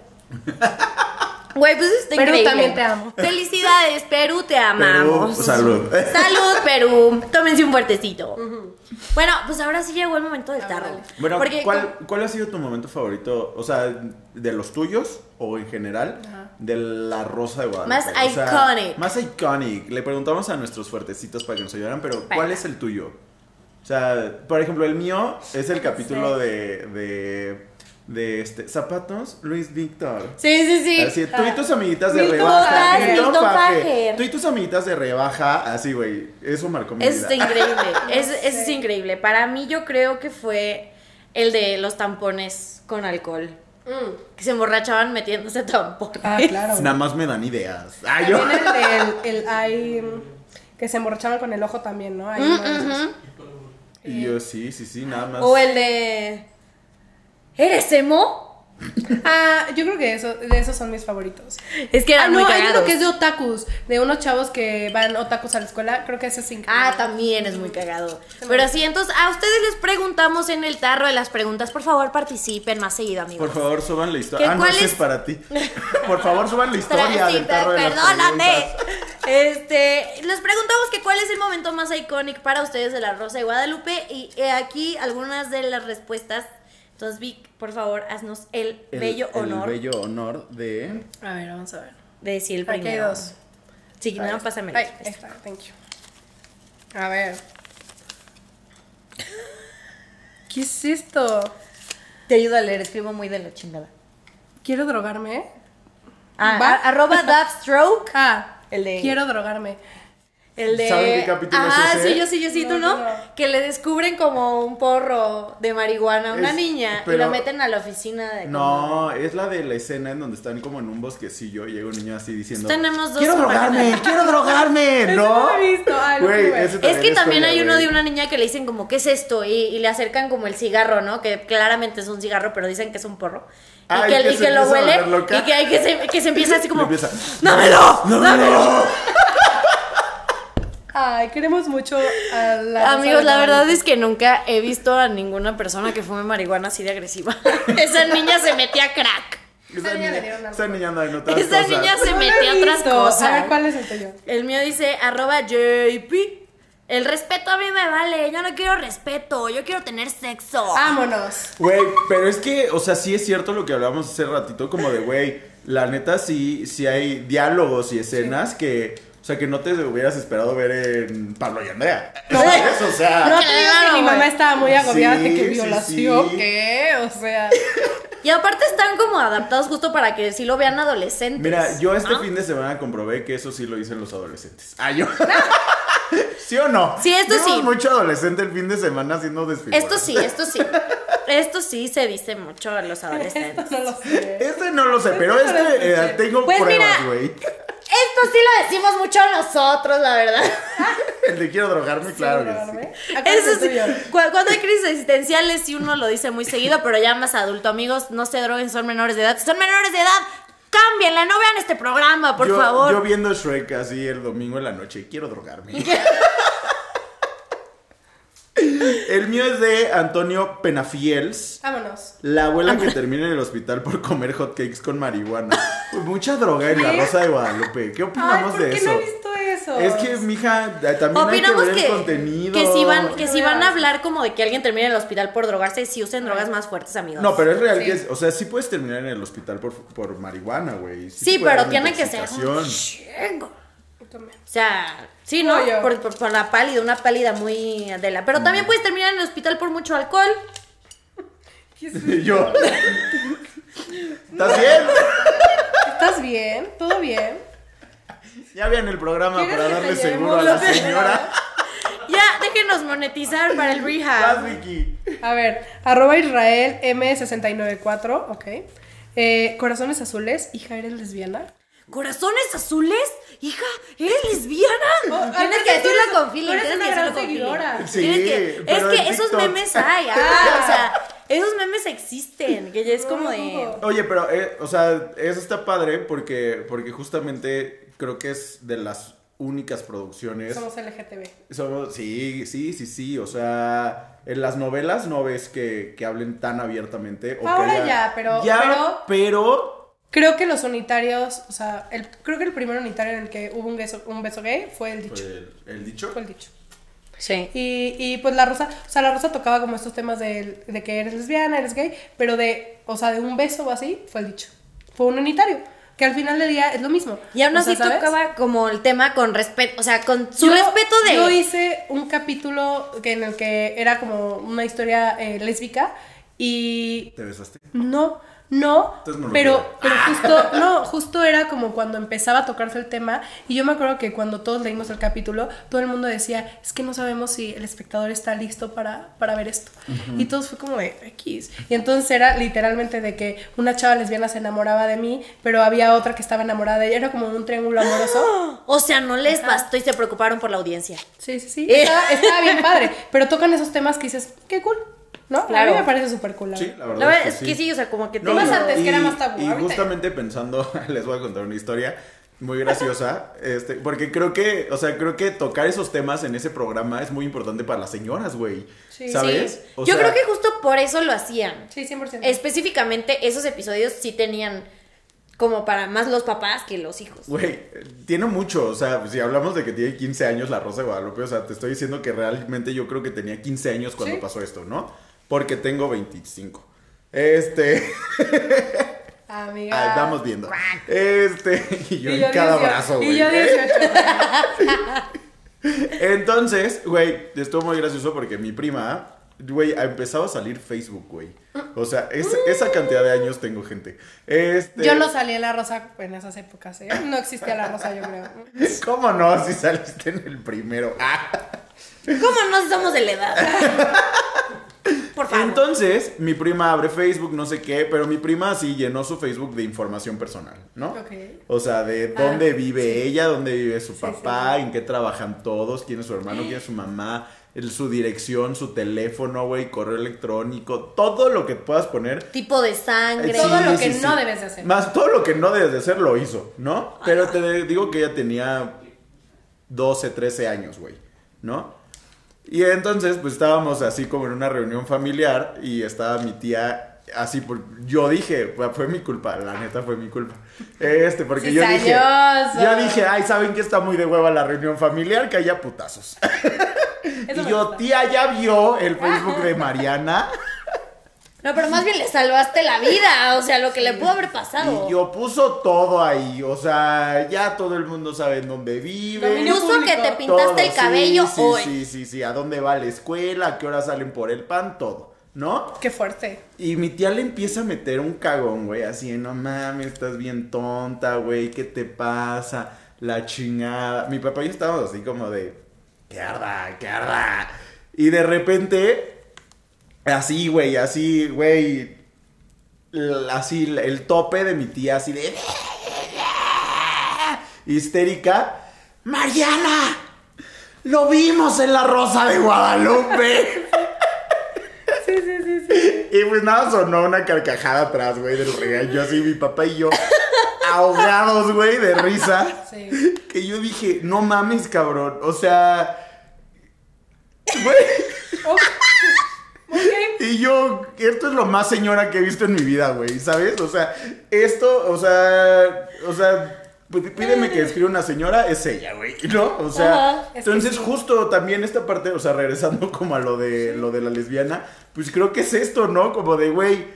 Speaker 2: Güey, pues está
Speaker 1: Perú
Speaker 2: increíble.
Speaker 1: también te amo.
Speaker 2: Felicidades, Perú, te amamos.
Speaker 3: Perú, salud. <laughs>
Speaker 2: Salud, Perú. Tómense un fuertecito. Bueno, pues ahora sí llegó el momento del
Speaker 1: Ahora
Speaker 2: tarro.
Speaker 1: Ah, dale.
Speaker 3: Bueno,
Speaker 2: Porque
Speaker 3: ¿cuál, ¿cuál ha sido tu momento favorito? O sea, de los tuyos o en general, de la Rosa de Guadalupe.
Speaker 2: Más
Speaker 3: O sea,
Speaker 2: iconic.
Speaker 3: Más iconic. Le preguntamos a nuestros fuertecitos para que nos ayudaran, pero ¿cuál
Speaker 2: Venga.
Speaker 3: es el tuyo? O sea, por ejemplo, el mío
Speaker 2: <laughs>
Speaker 3: es el capítulo de, de, de este, Zapatos Luis Víctor.
Speaker 2: Sí, sí, sí.
Speaker 3: Así, tú y tus amiguitas de
Speaker 1: Milton
Speaker 3: rebaja.
Speaker 1: Fajer.
Speaker 2: Milton
Speaker 3: Fajer.
Speaker 2: Fajer.
Speaker 3: Tú y tus amiguitas de rebaja, así, güey. Eso marcó mi
Speaker 2: Eso
Speaker 3: vida.
Speaker 1: <laughs>
Speaker 2: está increíble. es,
Speaker 1: sé.
Speaker 2: eso es increíble. Para mí, yo creo que fue el de los tampones con alcohol.
Speaker 1: Mm.
Speaker 2: Que se emborrachaban metiéndose tampones.
Speaker 1: <laughs> Ah, claro.
Speaker 3: Nada más me dan ideas. Ay, yo.
Speaker 1: También el del el ay, mm, que se emborracharon con el ojo también, ¿no? Ay,
Speaker 2: Mm,
Speaker 1: no, entonces-
Speaker 2: ujú.
Speaker 3: Y yo, sí, sí, sí, nada más.
Speaker 2: O el de. ¿Eres emo?
Speaker 1: Ah, yo creo que eso, de esos son mis favoritos.
Speaker 2: Es que
Speaker 1: Ah,
Speaker 2: eran
Speaker 1: no,
Speaker 2: muy
Speaker 1: hay uno
Speaker 2: cagados.
Speaker 1: que es de otakus, de unos chavos que van otakus a la escuela, creo que ese es increíble.
Speaker 2: Ah, también es muy cagado. Pero sí, entonces a ustedes les preguntamos en el tarro de las preguntas. Por favor, participen más seguido, amigos.
Speaker 3: Por favor, suban la historia.
Speaker 2: ¿Qué-
Speaker 3: Ah, no,
Speaker 2: cuál
Speaker 3: ese
Speaker 2: es?
Speaker 3: es para ti. <laughs> Por favor, suban la
Speaker 2: Tra-
Speaker 3: historia
Speaker 2: sí,
Speaker 3: del tarro de las
Speaker 2: perdóname. <laughs>
Speaker 3: preguntas.
Speaker 2: Este, les preguntamos que cuál es el momento más icónico para ustedes de la Rosa de Guadalupe y he aquí algunas de las respuestas. Entonces, Vic, por favor, haznos el,
Speaker 3: El-
Speaker 2: bello
Speaker 3: el
Speaker 2: honor
Speaker 3: bello honor de.
Speaker 1: A ver, vamos a ver.
Speaker 2: de decir el
Speaker 1: Aquí hay
Speaker 2: primero.
Speaker 1: dos.
Speaker 2: Sí, no,
Speaker 1: Ahí-
Speaker 2: pásame.
Speaker 1: Ahí está, thank you. A ver. <laughs> ¿Qué es esto?
Speaker 2: Te ayudo a leer, escribo muy de la chingada.
Speaker 1: ¿Quiero drogarme?
Speaker 2: Ah,
Speaker 1: ¿Va?
Speaker 2: a- arroba Dabstroke.
Speaker 1: Ah,
Speaker 2: El de-
Speaker 1: quiero drogarme.
Speaker 2: El de.
Speaker 3: ¿Saben qué capítulo es
Speaker 2: ah,
Speaker 3: ese?
Speaker 2: sí, yo sí, yo sí,
Speaker 1: No,
Speaker 2: tú no.
Speaker 1: yo no.
Speaker 2: Que le descubren como un porro de marihuana a una
Speaker 3: Es-
Speaker 2: niña y
Speaker 3: pero-
Speaker 2: la meten a la oficina de. como-
Speaker 3: No, es la de la escena en donde están como en un bosquecillo y llega un niño así diciendo.
Speaker 2: Tenemos dos
Speaker 3: Quiero drogarme,
Speaker 2: compañeras".
Speaker 3: quiero
Speaker 2: <laughs>
Speaker 3: drogarme,
Speaker 1: Ese
Speaker 3: ¿no?
Speaker 1: no lo he visto. Ah, lo
Speaker 3: Güey,
Speaker 1: quiero ver.
Speaker 3: ese
Speaker 2: Es que
Speaker 3: es
Speaker 2: también
Speaker 3: joya,
Speaker 2: hay uno
Speaker 3: güey.
Speaker 2: de una niña que le dicen como, ¿qué es esto? Y, y le acercan como el cigarro, ¿no? Que claramente es un cigarro, pero dicen que es un porro. Y
Speaker 3: Ay,
Speaker 2: que,
Speaker 3: que
Speaker 2: y
Speaker 3: se
Speaker 2: que lo
Speaker 3: empieza a
Speaker 2: huele
Speaker 3: volver loca.
Speaker 2: y que, hay que, se, que se empieza así como...
Speaker 3: Le empieza,
Speaker 2: ¡Dámelo! ¡Dámelo!
Speaker 1: Ay, queremos mucho a la.
Speaker 2: Amigos, la verdad es que nunca he visto a ninguna persona que fume marihuana así de agresiva. <laughs> Esa niña se metía crack.
Speaker 1: Esa
Speaker 3: Esa
Speaker 1: niña le
Speaker 3: niña,
Speaker 1: dieron algo.
Speaker 3: esa niña anda en otras
Speaker 2: Esa niña
Speaker 3: cosas.
Speaker 2: se metía a otras cosas.
Speaker 1: A ver, ¿cuál es el tuyo?
Speaker 2: El mío dice arroba JP. El respeto a mí me vale. Yo no quiero respeto. Yo quiero tener sexo.
Speaker 1: Ah. Vámonos.
Speaker 3: Güey, pero es que, o sea, sí es cierto lo que hablábamos hace ratito, como de, güey, la neta sí, sí hay diálogos y escenas que, o sea, que no te hubieras esperado ver en Pablo y Andrea.
Speaker 1: No.
Speaker 3: ¿Sabes? O sea,
Speaker 1: No, te digo
Speaker 2: Claro,
Speaker 1: que mi
Speaker 2: güey.
Speaker 1: mamá estaba muy agobiada de
Speaker 3: Sí,
Speaker 1: que
Speaker 3: sí,
Speaker 1: violación,
Speaker 3: sí.
Speaker 1: ¿qué? O
Speaker 2: <laughs>
Speaker 1: sea,
Speaker 2: Y aparte están como adaptados justo para que sí lo vean adolescentes.
Speaker 3: Mira, yo este
Speaker 2: ¿Ah?
Speaker 3: fin de semana comprobé que eso sí lo dicen los adolescentes. Ah, yo. <laughs> ¿Sí o no?
Speaker 2: Sí, esto
Speaker 3: Vimos
Speaker 2: sí.
Speaker 3: mucho adolescente el fin de semana haciendo desfiguras.
Speaker 2: Esto sí, esto sí. Esto sí se dice mucho a los
Speaker 1: esto
Speaker 2: adolescentes.
Speaker 1: no lo sé.
Speaker 3: Este no lo sé, pero
Speaker 1: Esto no lo
Speaker 3: este eh,
Speaker 1: escuché.
Speaker 3: tengo
Speaker 2: Pues
Speaker 3: pruebas,
Speaker 2: mira.
Speaker 3: güey. <laughs>
Speaker 2: Esto sí lo decimos mucho nosotros, la verdad.
Speaker 3: El de quiero drogarme, <laughs> claro
Speaker 1: ¿Quiero
Speaker 3: que sí.
Speaker 1: drogarme? ¿A cuál es
Speaker 2: Eso
Speaker 1: el
Speaker 2: sí.
Speaker 1: tuyo?
Speaker 2: Cu- Cuando hay crisis existenciales, sí uno lo dice muy seguido, pero ya más adulto, amigos, no se droguen, son menores de edad. Si son menores de edad, cámbienla, no vean este programa, por
Speaker 3: Yo-
Speaker 2: favor.
Speaker 3: Yo viendo Shrek así el domingo en la noche, quiero drogarme.
Speaker 2: <laughs>
Speaker 3: el mío es de Antonio Penafiels.
Speaker 1: Vámonos.
Speaker 3: La abuela que termina en el hospital por comer hotcakes con marihuana. Pues mucha droga en la
Speaker 1: ¿Qué?
Speaker 3: Rosa de Guadalupe. ¿Qué
Speaker 1: Ay,
Speaker 3: opinamos
Speaker 1: ¿por
Speaker 3: de
Speaker 1: qué
Speaker 3: eso?
Speaker 1: no he visto eso?
Speaker 3: Es que, mija, eh, también hay que
Speaker 2: Opinamos
Speaker 3: ver
Speaker 2: que,
Speaker 3: el contenido.
Speaker 2: que si van, que si van
Speaker 1: Veas.
Speaker 2: a hablar como de que alguien termine en el hospital por drogarse, si usen drogas más fuertes, amigos.
Speaker 3: No, pero es real
Speaker 1: Sí.
Speaker 3: que es- o sea, sí puedes terminar en el hospital por, por marihuana, güey.
Speaker 2: Sí,
Speaker 3: te puede
Speaker 2: pero
Speaker 3: dar
Speaker 2: tiene que ser un
Speaker 3: intoxicación. <laughs>
Speaker 2: chingo.
Speaker 1: también.
Speaker 2: O sea, sí, ¿no?
Speaker 1: No, yo.
Speaker 2: por, por- por la pálida, una pálida muy Adela. Pero
Speaker 3: Mm.
Speaker 2: también puedes terminar en el hospital por mucho alcohol.
Speaker 1: ¿Qué es-
Speaker 3: Yo.
Speaker 1: <laughs>
Speaker 3: ¿Estás bien?
Speaker 1: ¿Estás bien? ¿Todo bien?
Speaker 3: Ya vean el programa
Speaker 1: ¿Quieres
Speaker 3: para
Speaker 1: que
Speaker 3: darle
Speaker 1: te
Speaker 3: seguro a
Speaker 1: llevemos
Speaker 3: la
Speaker 1: la primera
Speaker 3: señora.
Speaker 2: Ya, déjenos monetizar para el
Speaker 3: Vas,
Speaker 2: rehab.
Speaker 3: Vicky.
Speaker 1: A ver, arroba Israel M694, ok. Eh, Corazones azules, hija, eres lesbiana.
Speaker 2: ¿Corazones azules? Hija, ¿eres lesbiana? tienes que
Speaker 1: tú
Speaker 2: decirlo
Speaker 1: eres-
Speaker 2: con feeling.
Speaker 1: tú eres
Speaker 2: tienes
Speaker 1: una
Speaker 2: que
Speaker 1: gran
Speaker 2: decirlo con
Speaker 1: seguidora.
Speaker 2: feeling.
Speaker 3: Sí,
Speaker 2: Tienes que- es
Speaker 3: pero en
Speaker 2: que esos
Speaker 3: TikTok.
Speaker 2: memes <laughs> hay. Ah, o sea, esos memes existen. Que ya es como de.
Speaker 1: No.
Speaker 3: Oye, pero, eh, o sea, eso está padre porque, porque justamente creo que es de las únicas producciones.
Speaker 1: Somos LGTB.
Speaker 3: Somos- sí, sí, sí, sí. O sea, en las novelas no ves que, que hablen tan abiertamente. O que
Speaker 1: Ahora
Speaker 3: haya-
Speaker 1: ya, pero-
Speaker 3: Ya, pero.
Speaker 1: Creo que los unitarios, o sea, el, creo que el primer unitario en el que hubo un beso, un beso gay fue el
Speaker 3: pues,
Speaker 1: dicho.
Speaker 3: el, el dicho.
Speaker 1: Fue el dicho.
Speaker 2: Sí.
Speaker 1: Y, y, pues la Rosa, o sea, la Rosa tocaba como estos temas del- de, que eres lesbiana, eres gay, pero de, o sea, de un beso o así, fue el dicho. Fue un unitario, que al final del día es lo mismo.
Speaker 2: Y aún
Speaker 1: O sea,
Speaker 2: así
Speaker 1: ¿sabes?
Speaker 2: tocaba como el tema con respeto. O sea, con su
Speaker 1: Yo-
Speaker 2: respeto de.
Speaker 1: Yo hice un capítulo que, en el que era como una historia eh, lésbica y
Speaker 3: ¿Te besaste?
Speaker 1: No, no,
Speaker 3: Entonces me lo Ah.
Speaker 1: pero,
Speaker 3: creo.
Speaker 1: pero justo, no, justo era como cuando empezaba a tocarse el tema y yo me acuerdo que cuando todos leímos el capítulo, todo el mundo decía, es que no sabemos si el espectador está listo para, para ver esto. Y todos fue como de X. Y entonces era literalmente de que una chava lesbiana se enamoraba de mí, pero había otra que estaba enamorada de ella, era como un triángulo amoroso.
Speaker 3: <gasps>
Speaker 2: O sea, no les bastó y se preocuparon por la audiencia.
Speaker 1: Sí, sí, sí.
Speaker 2: Eh.
Speaker 1: Estaba, estaba bien padre, pero tocan esos temas que dices, qué cool, ¿no?
Speaker 2: Claro.
Speaker 1: A mí me parece súper cool. la
Speaker 3: Sí,
Speaker 1: verdad.
Speaker 3: la verdad.
Speaker 2: La verdad es que sí, o sea, como que te
Speaker 3: No,
Speaker 1: Más
Speaker 3: y-
Speaker 2: vas a.
Speaker 1: antes que era más tabú,
Speaker 3: Y
Speaker 1: ahorita ya.
Speaker 3: justamente pensando, <laughs> les voy a contar una historia muy
Speaker 1: <laughs>
Speaker 3: graciosa, este, porque creo que, o sea, creo que tocar esos temas en ese programa es muy importante para las señoras, güey.
Speaker 1: Sí.
Speaker 3: ¿Sabes?
Speaker 2: Sí.
Speaker 3: O
Speaker 2: Yo
Speaker 3: sea,
Speaker 2: creo que justo por eso lo hacían.
Speaker 1: Sí, 100%.
Speaker 2: Específicamente, esos episodios sí tenían como para más los papás que los hijos.
Speaker 3: Güey, tiene mucho, o sea, si hablamos de que tiene 15 años la Rosa de Guadalupe, o sea, te estoy diciendo que realmente yo creo que tenía 15 años cuando
Speaker 1: Sí.
Speaker 3: pasó esto, ¿no? Porque tengo 25. Este,
Speaker 1: Amiga.
Speaker 3: ay, vamos viendo. Este, <laughs> y yo,
Speaker 1: Y
Speaker 3: en cada
Speaker 1: 18,
Speaker 3: brazo, güey.
Speaker 1: Y yo
Speaker 3: <laughs>
Speaker 1: 18.
Speaker 3: Entonces, güey, estuvo muy gracioso porque mi prima, güey, ha empezado a salir Facebook, güey. O sea, es- esa cantidad de años tengo gente. Este,
Speaker 1: Yo no salí en la rosa en esas épocas, ¿eh? No existía la rosa, yo creo.
Speaker 3: <laughs> ¿Cómo no? Si saliste en el primero. Ah.
Speaker 2: ¿Cómo no somos de la
Speaker 3: <laughs>
Speaker 2: edad? Por favor.
Speaker 3: Entonces, mi prima abre Facebook, no sé qué, pero mi prima sí llenó su Facebook de información personal, ¿no?
Speaker 1: Ok.
Speaker 3: O sea, de dónde
Speaker 1: Ah,
Speaker 3: vive ella, dónde vive su
Speaker 1: Sí,
Speaker 3: papá, en qué trabajan todos, quién es su hermano, quién es su mamá, el- su dirección, su teléfono, güey, correo electrónico, todo lo que puedas poner
Speaker 2: Tipo de sangre.
Speaker 3: Sí,
Speaker 1: Todo lo que
Speaker 3: sí,
Speaker 1: no
Speaker 3: sí.
Speaker 1: debes de hacer.
Speaker 3: Más todo lo que no debes de hacer lo hizo, ¿no? Pero te de- digo que ella tenía 12, 13 años, güey, ¿no? Y entonces, pues estábamos así como en una reunión familiar y estaba mi tía así por yo dije, fue- fue mi culpa, la neta fue mi culpa. Este, porque yo dije,
Speaker 1: Cizañoso.
Speaker 3: yo dije, ay, saben que está muy de hueva la reunión familiar, que haya putazos.
Speaker 1: <laughs> Eso
Speaker 3: y
Speaker 1: me
Speaker 3: yo,
Speaker 1: gusta.
Speaker 3: tía, ya vio el Facebook de Mariana.
Speaker 2: No, pero más bien le salvaste la vida. O sea, lo que le pudo haber pasado.
Speaker 3: Y yo puso todo ahí, o sea, ya todo el mundo sabe en dónde vive.
Speaker 1: Dominio
Speaker 2: Justo que te
Speaker 1: público.
Speaker 2: pintaste
Speaker 3: todo,
Speaker 2: el
Speaker 3: sí,
Speaker 2: cabello
Speaker 3: sí,
Speaker 2: hoy.
Speaker 3: Sí, sí, sí, a dónde va la escuela, a qué hora salen por el pan, todo, ¿no?
Speaker 1: Qué fuerte.
Speaker 3: Y mi tía le empieza a meter un cagón, güey, así, no mames, estás bien tonta, güey, ¿qué te pasa? La chingada. Mi papá y yo estábamos así como de, que arda, que arda. Y de repente, así, güey, así, güey, l- así, l- el tope de mi tía, así de, histérica, Mariana, lo vimos en la Rosa de Guadalupe.
Speaker 1: Sí, sí, sí, sí.
Speaker 3: Y pues nada, sonó una carcajada atrás, güey, del regaño. Yo así, mi papá y yo, ahogados, güey, de risa.
Speaker 1: Sí.
Speaker 3: Que yo dije, no mames, cabrón. O sea, güey.
Speaker 1: Ok. Ok.
Speaker 3: Y yo, esto es lo más señora que he visto en mi vida, güey, ¿sabes? O sea, esto, o sea, o sea, pues, pídeme que escriba una señora, es ella, güey, ¿no? O sea,
Speaker 2: Ajá,
Speaker 1: es que
Speaker 3: entonces
Speaker 1: sí.
Speaker 3: justo también esta parte, o sea, regresando como a lo de, lo de la lesbiana, pues creo que es esto, ¿no? Como de, güey,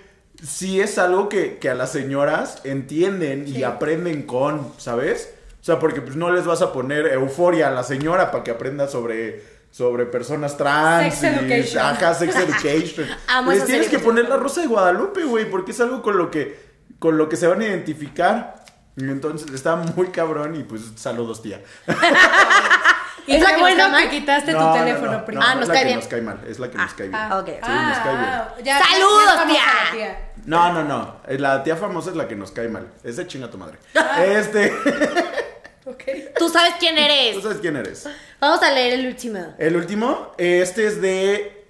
Speaker 3: sí es algo que, que a las señoras entienden y
Speaker 1: Sí.
Speaker 3: aprenden con, ¿sabes? O sea, porque pues no les vas a poner euforia a la señora para que aprenda sobre, sobre personas trans.
Speaker 1: Sex
Speaker 3: y-
Speaker 1: education.
Speaker 3: Ajá, sex education.
Speaker 2: Amo
Speaker 3: les
Speaker 2: esa
Speaker 3: tienes
Speaker 2: serie,
Speaker 3: que poner la Rosa de Guadalupe, güey, porque es algo con lo que, con lo que se van a identificar. Y entonces está muy cabrón y pues saludos, tía.
Speaker 2: ¿Y
Speaker 1: Es
Speaker 2: <laughs>
Speaker 1: la
Speaker 2: es la que nos cae
Speaker 1: buena
Speaker 2: mal?
Speaker 1: que quitaste
Speaker 3: No, no,
Speaker 1: Este tu teléfono,
Speaker 3: no,
Speaker 1: primo.
Speaker 3: no,
Speaker 2: Ah,
Speaker 3: es
Speaker 2: nos
Speaker 3: la
Speaker 2: cae
Speaker 3: que
Speaker 2: bien.
Speaker 3: nos cae mal, es la que nos cae bien.
Speaker 1: Ah,
Speaker 2: ok.
Speaker 3: Sí, nos cae bien.
Speaker 1: ah, ya- ya
Speaker 2: ¡Saludos,
Speaker 1: estamos
Speaker 2: tía!
Speaker 1: a la tía.
Speaker 3: No, no, no. eh, La tía famosa es la que nos cae mal. Es de chinga tu madre. Este.
Speaker 1: Ok.
Speaker 2: Tú sabes quién
Speaker 3: ¿Tú
Speaker 2: eres.
Speaker 3: sabes quién eres?
Speaker 2: Vamos a leer el último.
Speaker 3: El último, este es de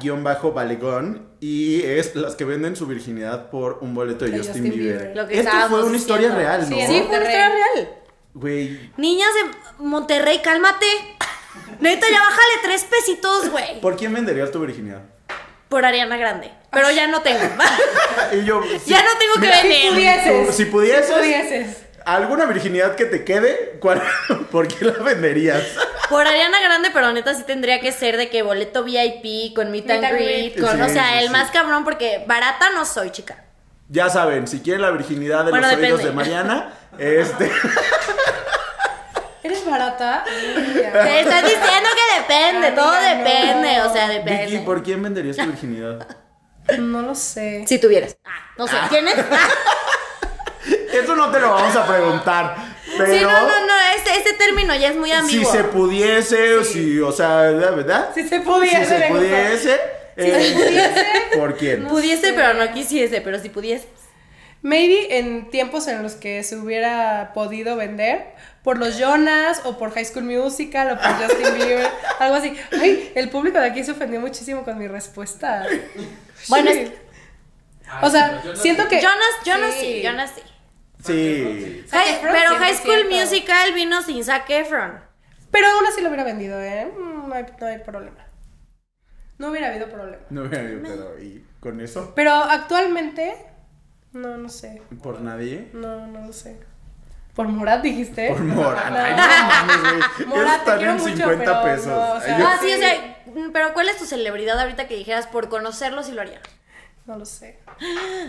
Speaker 3: Daniela-Valegón y es las que venden su virginidad por un boleto de
Speaker 1: De
Speaker 3: Justin,
Speaker 1: Justin
Speaker 3: Bieber.
Speaker 1: Bieber.
Speaker 2: Lo que
Speaker 3: Esto
Speaker 2: estábamos
Speaker 3: fue una historia
Speaker 2: diciendo.
Speaker 3: real, ¿no?
Speaker 1: Sí,
Speaker 2: Sí, fue una historia real.
Speaker 3: Güey,
Speaker 2: Niñas de Monterrey, cálmate. Neta, ya bájale tres pesitos, güey.
Speaker 3: ¿por quién venderías tu virginidad? <laughs>
Speaker 2: Por Ariana Grande. Pero ya no tengo.
Speaker 3: Y yo, si-
Speaker 2: ya no tengo que
Speaker 3: mira,
Speaker 1: Si
Speaker 2: venir.
Speaker 1: pudieses.
Speaker 3: Si pudieses.
Speaker 1: Si pudieses.
Speaker 3: ¿Alguna virginidad que te quede? ¿Cuál- <laughs> ¿Por qué la venderías?
Speaker 2: Por Ariana Grande, pero neta sí tendría que ser de que boleto VIP, con meet and
Speaker 1: Meet and
Speaker 2: greet,
Speaker 3: greet.
Speaker 2: con, o
Speaker 3: Sí,
Speaker 2: sea,
Speaker 3: sí,
Speaker 2: el
Speaker 3: sí.
Speaker 2: más cabrón, porque barata no soy,
Speaker 3: <laughs>
Speaker 2: chica.
Speaker 3: Ya saben, si quieren la virginidad de
Speaker 2: Bueno,
Speaker 3: los oídos
Speaker 2: depende.
Speaker 3: de Mariana, este.
Speaker 1: ¿Eres barata?
Speaker 2: Te estás diciendo que depende,
Speaker 1: Ay,
Speaker 2: todo
Speaker 1: mira, no.
Speaker 2: depende, o sea, depende.
Speaker 3: Vicky, ¿por quién venderías tu virginidad?
Speaker 1: No lo sé.
Speaker 2: Si tuvieras. Ah, no sé, ¿quién <laughs> es?
Speaker 3: Eso no te lo vamos a preguntar. Pero
Speaker 2: Sí, no, no, no, este, este término ya es muy
Speaker 3: si
Speaker 2: ambiguo.
Speaker 3: se pudiese, o si, o sea, la verdad.
Speaker 1: Si se pudiese,
Speaker 3: Si se
Speaker 1: me gusta.
Speaker 3: pudiese. eh, ¿Por quién?
Speaker 2: Pudiese, pero no quisiese, pero si pudiese.
Speaker 1: Maybe en tiempos en los que se hubiera podido vender por los Jonas o por High School Musical o por Justin Bieber, algo así. Ay, el público de aquí se ofendió muchísimo con mi respuesta.
Speaker 2: Bueno,
Speaker 1: Sí.
Speaker 2: es-
Speaker 1: o sea, siento que
Speaker 2: Jonas, Jonas
Speaker 1: Sí.
Speaker 2: sí, Jonas sí.
Speaker 3: Sí.
Speaker 1: Zac
Speaker 2: Hi-
Speaker 1: Efron,
Speaker 2: pero High School
Speaker 1: 100%.
Speaker 2: Musical vino sin Zac Efron.
Speaker 1: pero aún así lo hubiera vendido, eh. Mm, No hay, no hay problema. No hubiera habido problema.
Speaker 3: No me pero ¿y con eso?
Speaker 1: Pero actualmente no, no sé.
Speaker 3: ¿Por nadie?
Speaker 1: No, no lo sé. Por Morat dijiste.
Speaker 3: Por
Speaker 1: <laughs>
Speaker 3: Morat.
Speaker 1: No.
Speaker 3: Ay, no mames, güey.
Speaker 1: Morat,
Speaker 3: Eso
Speaker 1: te
Speaker 3: están
Speaker 1: quiero
Speaker 3: en
Speaker 1: mucho,
Speaker 3: 50
Speaker 1: pero
Speaker 3: pesos.
Speaker 1: no, o sea-
Speaker 3: Ay, yo-
Speaker 2: Ah, sí,
Speaker 1: sí.
Speaker 2: o sea, mm, pero ¿cuál es tu celebridad ahorita que dijeras por conocerlo si lo haría?
Speaker 1: No lo sé.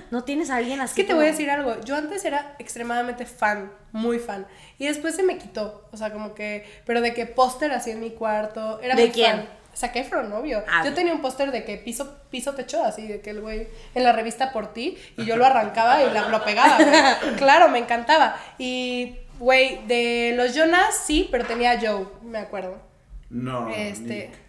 Speaker 2: ¿No tienes a alguien
Speaker 1: Es
Speaker 2: así?
Speaker 1: que te
Speaker 2: como-
Speaker 1: voy a decir algo, yo antes era extremadamente fan, muy fan, y después se me quitó, o sea, como que, pero de que póster así en mi cuarto, era
Speaker 2: ¿De
Speaker 1: muy
Speaker 2: quién?
Speaker 1: fan. Zac Efron, obvio.
Speaker 2: Ah,
Speaker 1: yo
Speaker 2: ok.
Speaker 1: tenía un póster de que piso, piso techo, así, de que el güey en la revista por ti, y
Speaker 2: <laughs>
Speaker 1: yo lo arrancaba y la- lo pegaba. güey. Claro, me encantaba. Y, güey, de los Jonas sí, pero tenía a Joe, me acuerdo.
Speaker 3: No.
Speaker 1: este.
Speaker 3: ni-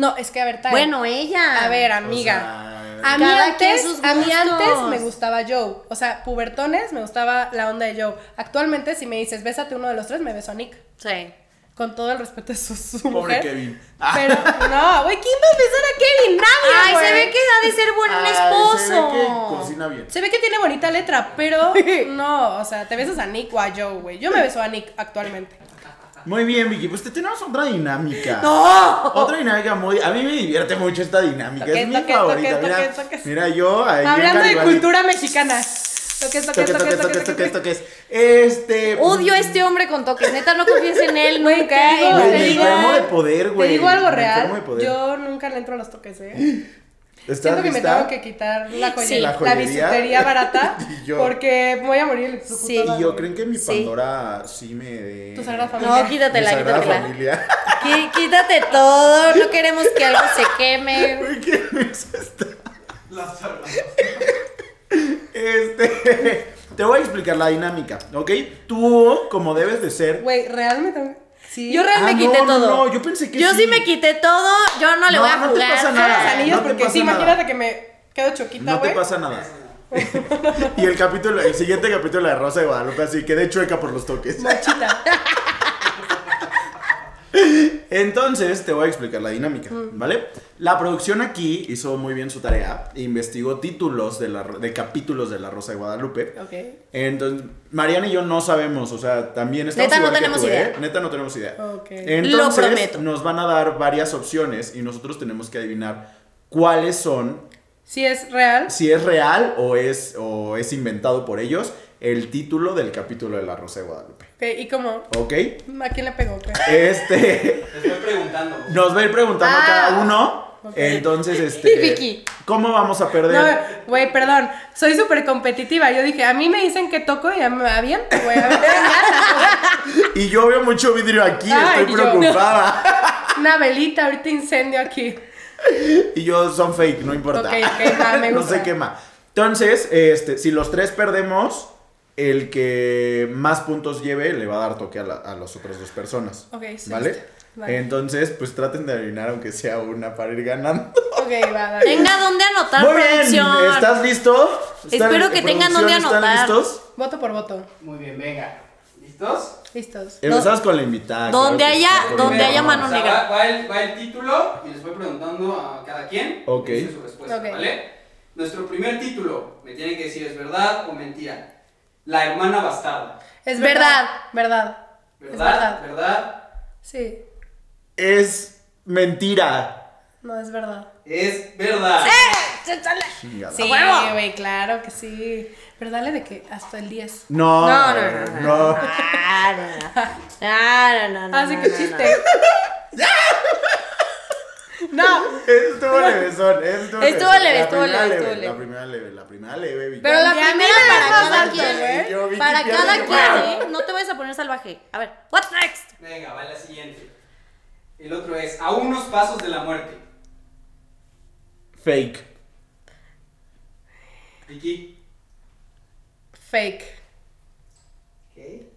Speaker 1: No, es que a ver, Tae,
Speaker 2: Bueno, ella.
Speaker 1: a ver,
Speaker 3: o
Speaker 1: amiga.
Speaker 3: sea,
Speaker 1: A mí,
Speaker 2: Cada quien
Speaker 1: antes,
Speaker 2: sus
Speaker 1: a mí antes
Speaker 2: gustos.
Speaker 1: me gustaba Joe. O sea, pubertones me gustaba la onda de Joe. Actualmente, si me dices, bésate uno de los tres, me beso a Nick.
Speaker 2: Sí.
Speaker 1: Con todo el respeto de su, su
Speaker 3: Pobre
Speaker 1: mujer.
Speaker 3: Kevin. Ah.
Speaker 1: Pero, no, güey, ¿quién va a besar a Kevin? Nadie,
Speaker 2: Ay,
Speaker 1: güey.
Speaker 2: se ve que ha de ser buen
Speaker 3: ay, se ve
Speaker 2: esposo.
Speaker 3: que cocina bien.
Speaker 1: Se ve que tiene bonita letra,
Speaker 2: <laughs>
Speaker 1: pero no, o sea, te besas a Nick o a Joe, güey. Yo me beso a Nick actualmente.
Speaker 3: Muy bien, Vicky. Pues te tenemos otra dinámica.
Speaker 2: ¡No!
Speaker 3: Otra dinámica muy. A mí me divierte mucho esta dinámica.
Speaker 1: Toque,
Speaker 3: es mi
Speaker 1: toque,
Speaker 3: favorita.
Speaker 1: toque,
Speaker 3: mira,
Speaker 1: toque, toque.
Speaker 3: mira, yo ahí. en
Speaker 1: Hablando de
Speaker 3: Garibaldi.
Speaker 1: cultura mexicana. Toques, toques,
Speaker 3: Toques,
Speaker 1: toques,
Speaker 3: toques,
Speaker 1: toques,
Speaker 3: toques, toques, toques. Este.
Speaker 2: Odio a este hombre con toques. Neta, no confíes en él nunca.
Speaker 1: digo, te
Speaker 2: en
Speaker 3: Güey,
Speaker 2: la
Speaker 3: me
Speaker 1: digo-
Speaker 2: vida.
Speaker 3: enfermo de poder, güey.
Speaker 1: Te digo algo
Speaker 3: Me
Speaker 1: real.
Speaker 3: enfermo de poder.
Speaker 1: Yo nunca le entro a los toques, eh.
Speaker 3: ¿Estás
Speaker 1: Siento que me
Speaker 3: lista?
Speaker 1: tengo que quitar la joyería,
Speaker 2: Sí.
Speaker 1: la,
Speaker 3: La joyería. <laughs>
Speaker 1: bisutería barata,
Speaker 3: Y yo.
Speaker 1: porque me voy a morir.
Speaker 2: Sí.
Speaker 3: Y yo creo que mi
Speaker 2: Sí.
Speaker 3: Pandora sí, me. De...
Speaker 1: Tu sagrada
Speaker 3: Mi
Speaker 1: familia.
Speaker 2: No, quítatela,
Speaker 3: sagrada
Speaker 2: quítatela.
Speaker 3: familia. <laughs>
Speaker 2: Qui- Quítate todo. No queremos que algo se queme.
Speaker 3: Güey, ¿Qué es esta? Este. <laughs> Te voy a explicar la dinámica, ¿ok? Tú, como debes de ser,
Speaker 1: Güey, realmente. Sí.
Speaker 2: Yo
Speaker 3: Ah,
Speaker 2: realmente quité
Speaker 3: no, no,
Speaker 2: todo.
Speaker 3: no, yo pensé que
Speaker 2: Yo sí
Speaker 3: sí.
Speaker 2: me quité todo. Yo no le
Speaker 3: No,
Speaker 2: voy a
Speaker 3: no te
Speaker 2: jugar.
Speaker 3: pasa
Speaker 1: Los
Speaker 3: nada.
Speaker 2: jamás.
Speaker 1: anillos,
Speaker 3: Ah, no te
Speaker 1: porque
Speaker 3: pasa
Speaker 1: sí,
Speaker 3: nada.
Speaker 1: imagínate que me quedo choquita,
Speaker 3: No te
Speaker 1: güey.
Speaker 3: pasa nada. <laughs> y el capítulo, el siguiente capítulo de Rosa de Guadalupe, así quedé chueca por los toques.
Speaker 1: Mochita.
Speaker 3: <laughs> Entonces, te voy a explicar la dinámica,
Speaker 2: Mm.
Speaker 3: ¿vale? La producción aquí hizo muy bien su tarea, e investigó títulos de, la, de capítulos de La Rosa de Guadalupe.
Speaker 1: ok.
Speaker 3: Entonces, Mariana y yo no sabemos, o sea, también estamos
Speaker 2: Neta, no
Speaker 3: igual que
Speaker 2: tenemos
Speaker 3: tú,
Speaker 2: idea.
Speaker 3: ¿eh? Neta no tenemos idea.
Speaker 1: Ok.
Speaker 3: Entonces,
Speaker 2: Lo prometo.
Speaker 3: nos van a dar varias opciones y nosotros tenemos que adivinar cuáles son
Speaker 1: Si es real,
Speaker 3: si es real o es, o es inventado por ellos el título del capítulo de La Rosa de Guadalupe.
Speaker 1: ok, y como,
Speaker 3: ¿Ok?
Speaker 1: ¿a quién le pegó? qué?
Speaker 3: Este,
Speaker 4: Te estoy preguntando.
Speaker 3: nos va a ir preguntando
Speaker 2: Ah.
Speaker 3: cada uno
Speaker 1: ok.
Speaker 3: Entonces,
Speaker 1: Y
Speaker 3: este.
Speaker 1: Vicky.
Speaker 3: ¿Cómo vamos a perder?
Speaker 1: No, güey, perdón. Soy súper competitiva. Yo dije, a mí me dicen que toco y a mí me va bien, güey. A mí me encanta,
Speaker 3: Y yo veo mucho vidrio aquí,
Speaker 1: Ay, Ah, yo-
Speaker 3: estoy preocupada.
Speaker 1: güey. <laughs> Una velita, ahorita incendio aquí.
Speaker 3: Y yo son fake, no importa.
Speaker 1: Ok, ok, va, me
Speaker 3: <laughs> no
Speaker 1: gusta.
Speaker 3: se quema. Entonces, este, si los tres perdemos, el que más puntos lleve le va a dar toque a, la- a las otras dos personas.
Speaker 1: Ok, sí,
Speaker 3: ¿Vale?
Speaker 1: está.
Speaker 2: este,
Speaker 1: Vale.
Speaker 3: Entonces, pues traten de adivinar aunque sea una para ir ganando.
Speaker 1: Ok, va, dale.
Speaker 2: Tenga dónde anotar
Speaker 3: Muy bien,
Speaker 2: producción.
Speaker 3: ¿estás listo? ¿Están-
Speaker 2: Espero que tengan dónde
Speaker 3: producción,
Speaker 2: anotar.
Speaker 3: ¿Están listos?
Speaker 1: Voto por voto.
Speaker 4: Muy bien, venga. ¿Listos?
Speaker 1: Listos.
Speaker 3: Empezamos con la invitada.
Speaker 2: Donde
Speaker 3: claro que
Speaker 2: haya-
Speaker 3: sí, con
Speaker 2: donde
Speaker 3: la
Speaker 2: haya
Speaker 3: invitada.
Speaker 2: mano
Speaker 4: O sea,
Speaker 2: negra.
Speaker 4: Va, va el, va el título y les voy preguntando a cada quien.
Speaker 3: Ok.
Speaker 4: y dice su respuesta,
Speaker 1: Ok.
Speaker 4: ¿vale? Nuestro primer título, me tienen que decir es verdad o mentira. La hermana bastarda.
Speaker 1: Es
Speaker 2: Verdad.
Speaker 1: verdad. Verdad. Es verdad.
Speaker 4: ¿Verdad? ¿Verdad?
Speaker 1: Sí.
Speaker 3: Es mentira.
Speaker 1: No, es verdad.
Speaker 4: Es verdad.
Speaker 3: Chingada.
Speaker 1: Sí,
Speaker 2: huevo!
Speaker 1: güey, claro que sí. Pero dale de que hasta el 10.
Speaker 3: No,
Speaker 2: No, no, no, no.
Speaker 3: no.
Speaker 2: Ah, no, no. Ah, no, no, no,
Speaker 1: Así
Speaker 2: no,
Speaker 1: que <laughs>
Speaker 2: no,
Speaker 1: chiste. No,
Speaker 3: Eso <laughs> Estuvo levesón, eso estuvo
Speaker 2: Estuvo
Speaker 3: levesón.
Speaker 2: leve, estuvo
Speaker 3: La primera
Speaker 2: leve, estuvo
Speaker 3: leve, La
Speaker 2: leve.
Speaker 3: primera leve, la primera leve. Vicky.
Speaker 2: Pero la
Speaker 1: Ya,
Speaker 2: primera
Speaker 1: mira,
Speaker 2: para
Speaker 1: vamos
Speaker 2: cada
Speaker 1: a ver.
Speaker 2: quien, ¿eh?
Speaker 3: Yo vi que
Speaker 2: Para
Speaker 3: pierde,
Speaker 2: cada
Speaker 3: yo,
Speaker 2: quien,
Speaker 3: wow.
Speaker 2: ¿eh? No te vayas a poner salvaje. A ver, what's next?
Speaker 4: Venga, va la siguiente. El otro es a unos pasos de la muerte.
Speaker 3: Fake.
Speaker 4: Vicky.
Speaker 1: fake.
Speaker 4: ¿Qué?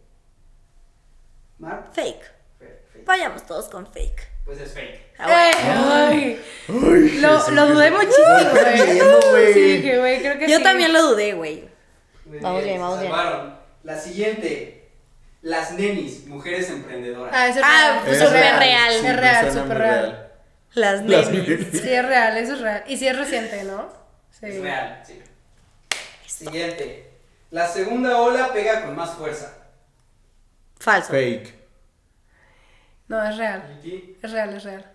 Speaker 4: Mark.
Speaker 2: Fake.
Speaker 4: Fe- fe-
Speaker 2: Vayamos todos con fake.
Speaker 4: Pues es fake.
Speaker 2: Ah, bueno.
Speaker 1: Eh, ay.
Speaker 3: Ay,
Speaker 1: Lo,
Speaker 3: Jesús,
Speaker 1: lo dudé
Speaker 3: Jesús.
Speaker 1: muchísimo,
Speaker 3: Ay, no,
Speaker 1: güey.
Speaker 3: güey.
Speaker 1: Sí, dije, güey, creo que
Speaker 2: Yo
Speaker 1: sí.
Speaker 2: también lo dudé, güey.
Speaker 4: Muy
Speaker 2: Vamos bien,
Speaker 4: se
Speaker 2: vamos bien.
Speaker 4: salvaron. La siguiente. Las nenis, mujeres emprendedoras.
Speaker 1: Ah, eso es
Speaker 2: Ah,
Speaker 1: real.
Speaker 2: pues,
Speaker 1: Eso es
Speaker 2: súper
Speaker 1: real.
Speaker 2: real.
Speaker 1: Es
Speaker 3: me
Speaker 1: real,
Speaker 3: suena
Speaker 1: súper
Speaker 3: muy
Speaker 1: real.
Speaker 2: Las
Speaker 3: Las
Speaker 2: nenis.
Speaker 3: nenis.
Speaker 1: Sí, es real, eso es real. Y sí es reciente, ¿no? Sí.
Speaker 4: Es real, sí. Siguiente. La segunda ola pega con más fuerza.
Speaker 2: Falso.
Speaker 3: <laughs> Fake.
Speaker 1: No, es real.
Speaker 4: Vicky.
Speaker 1: Es real, es real.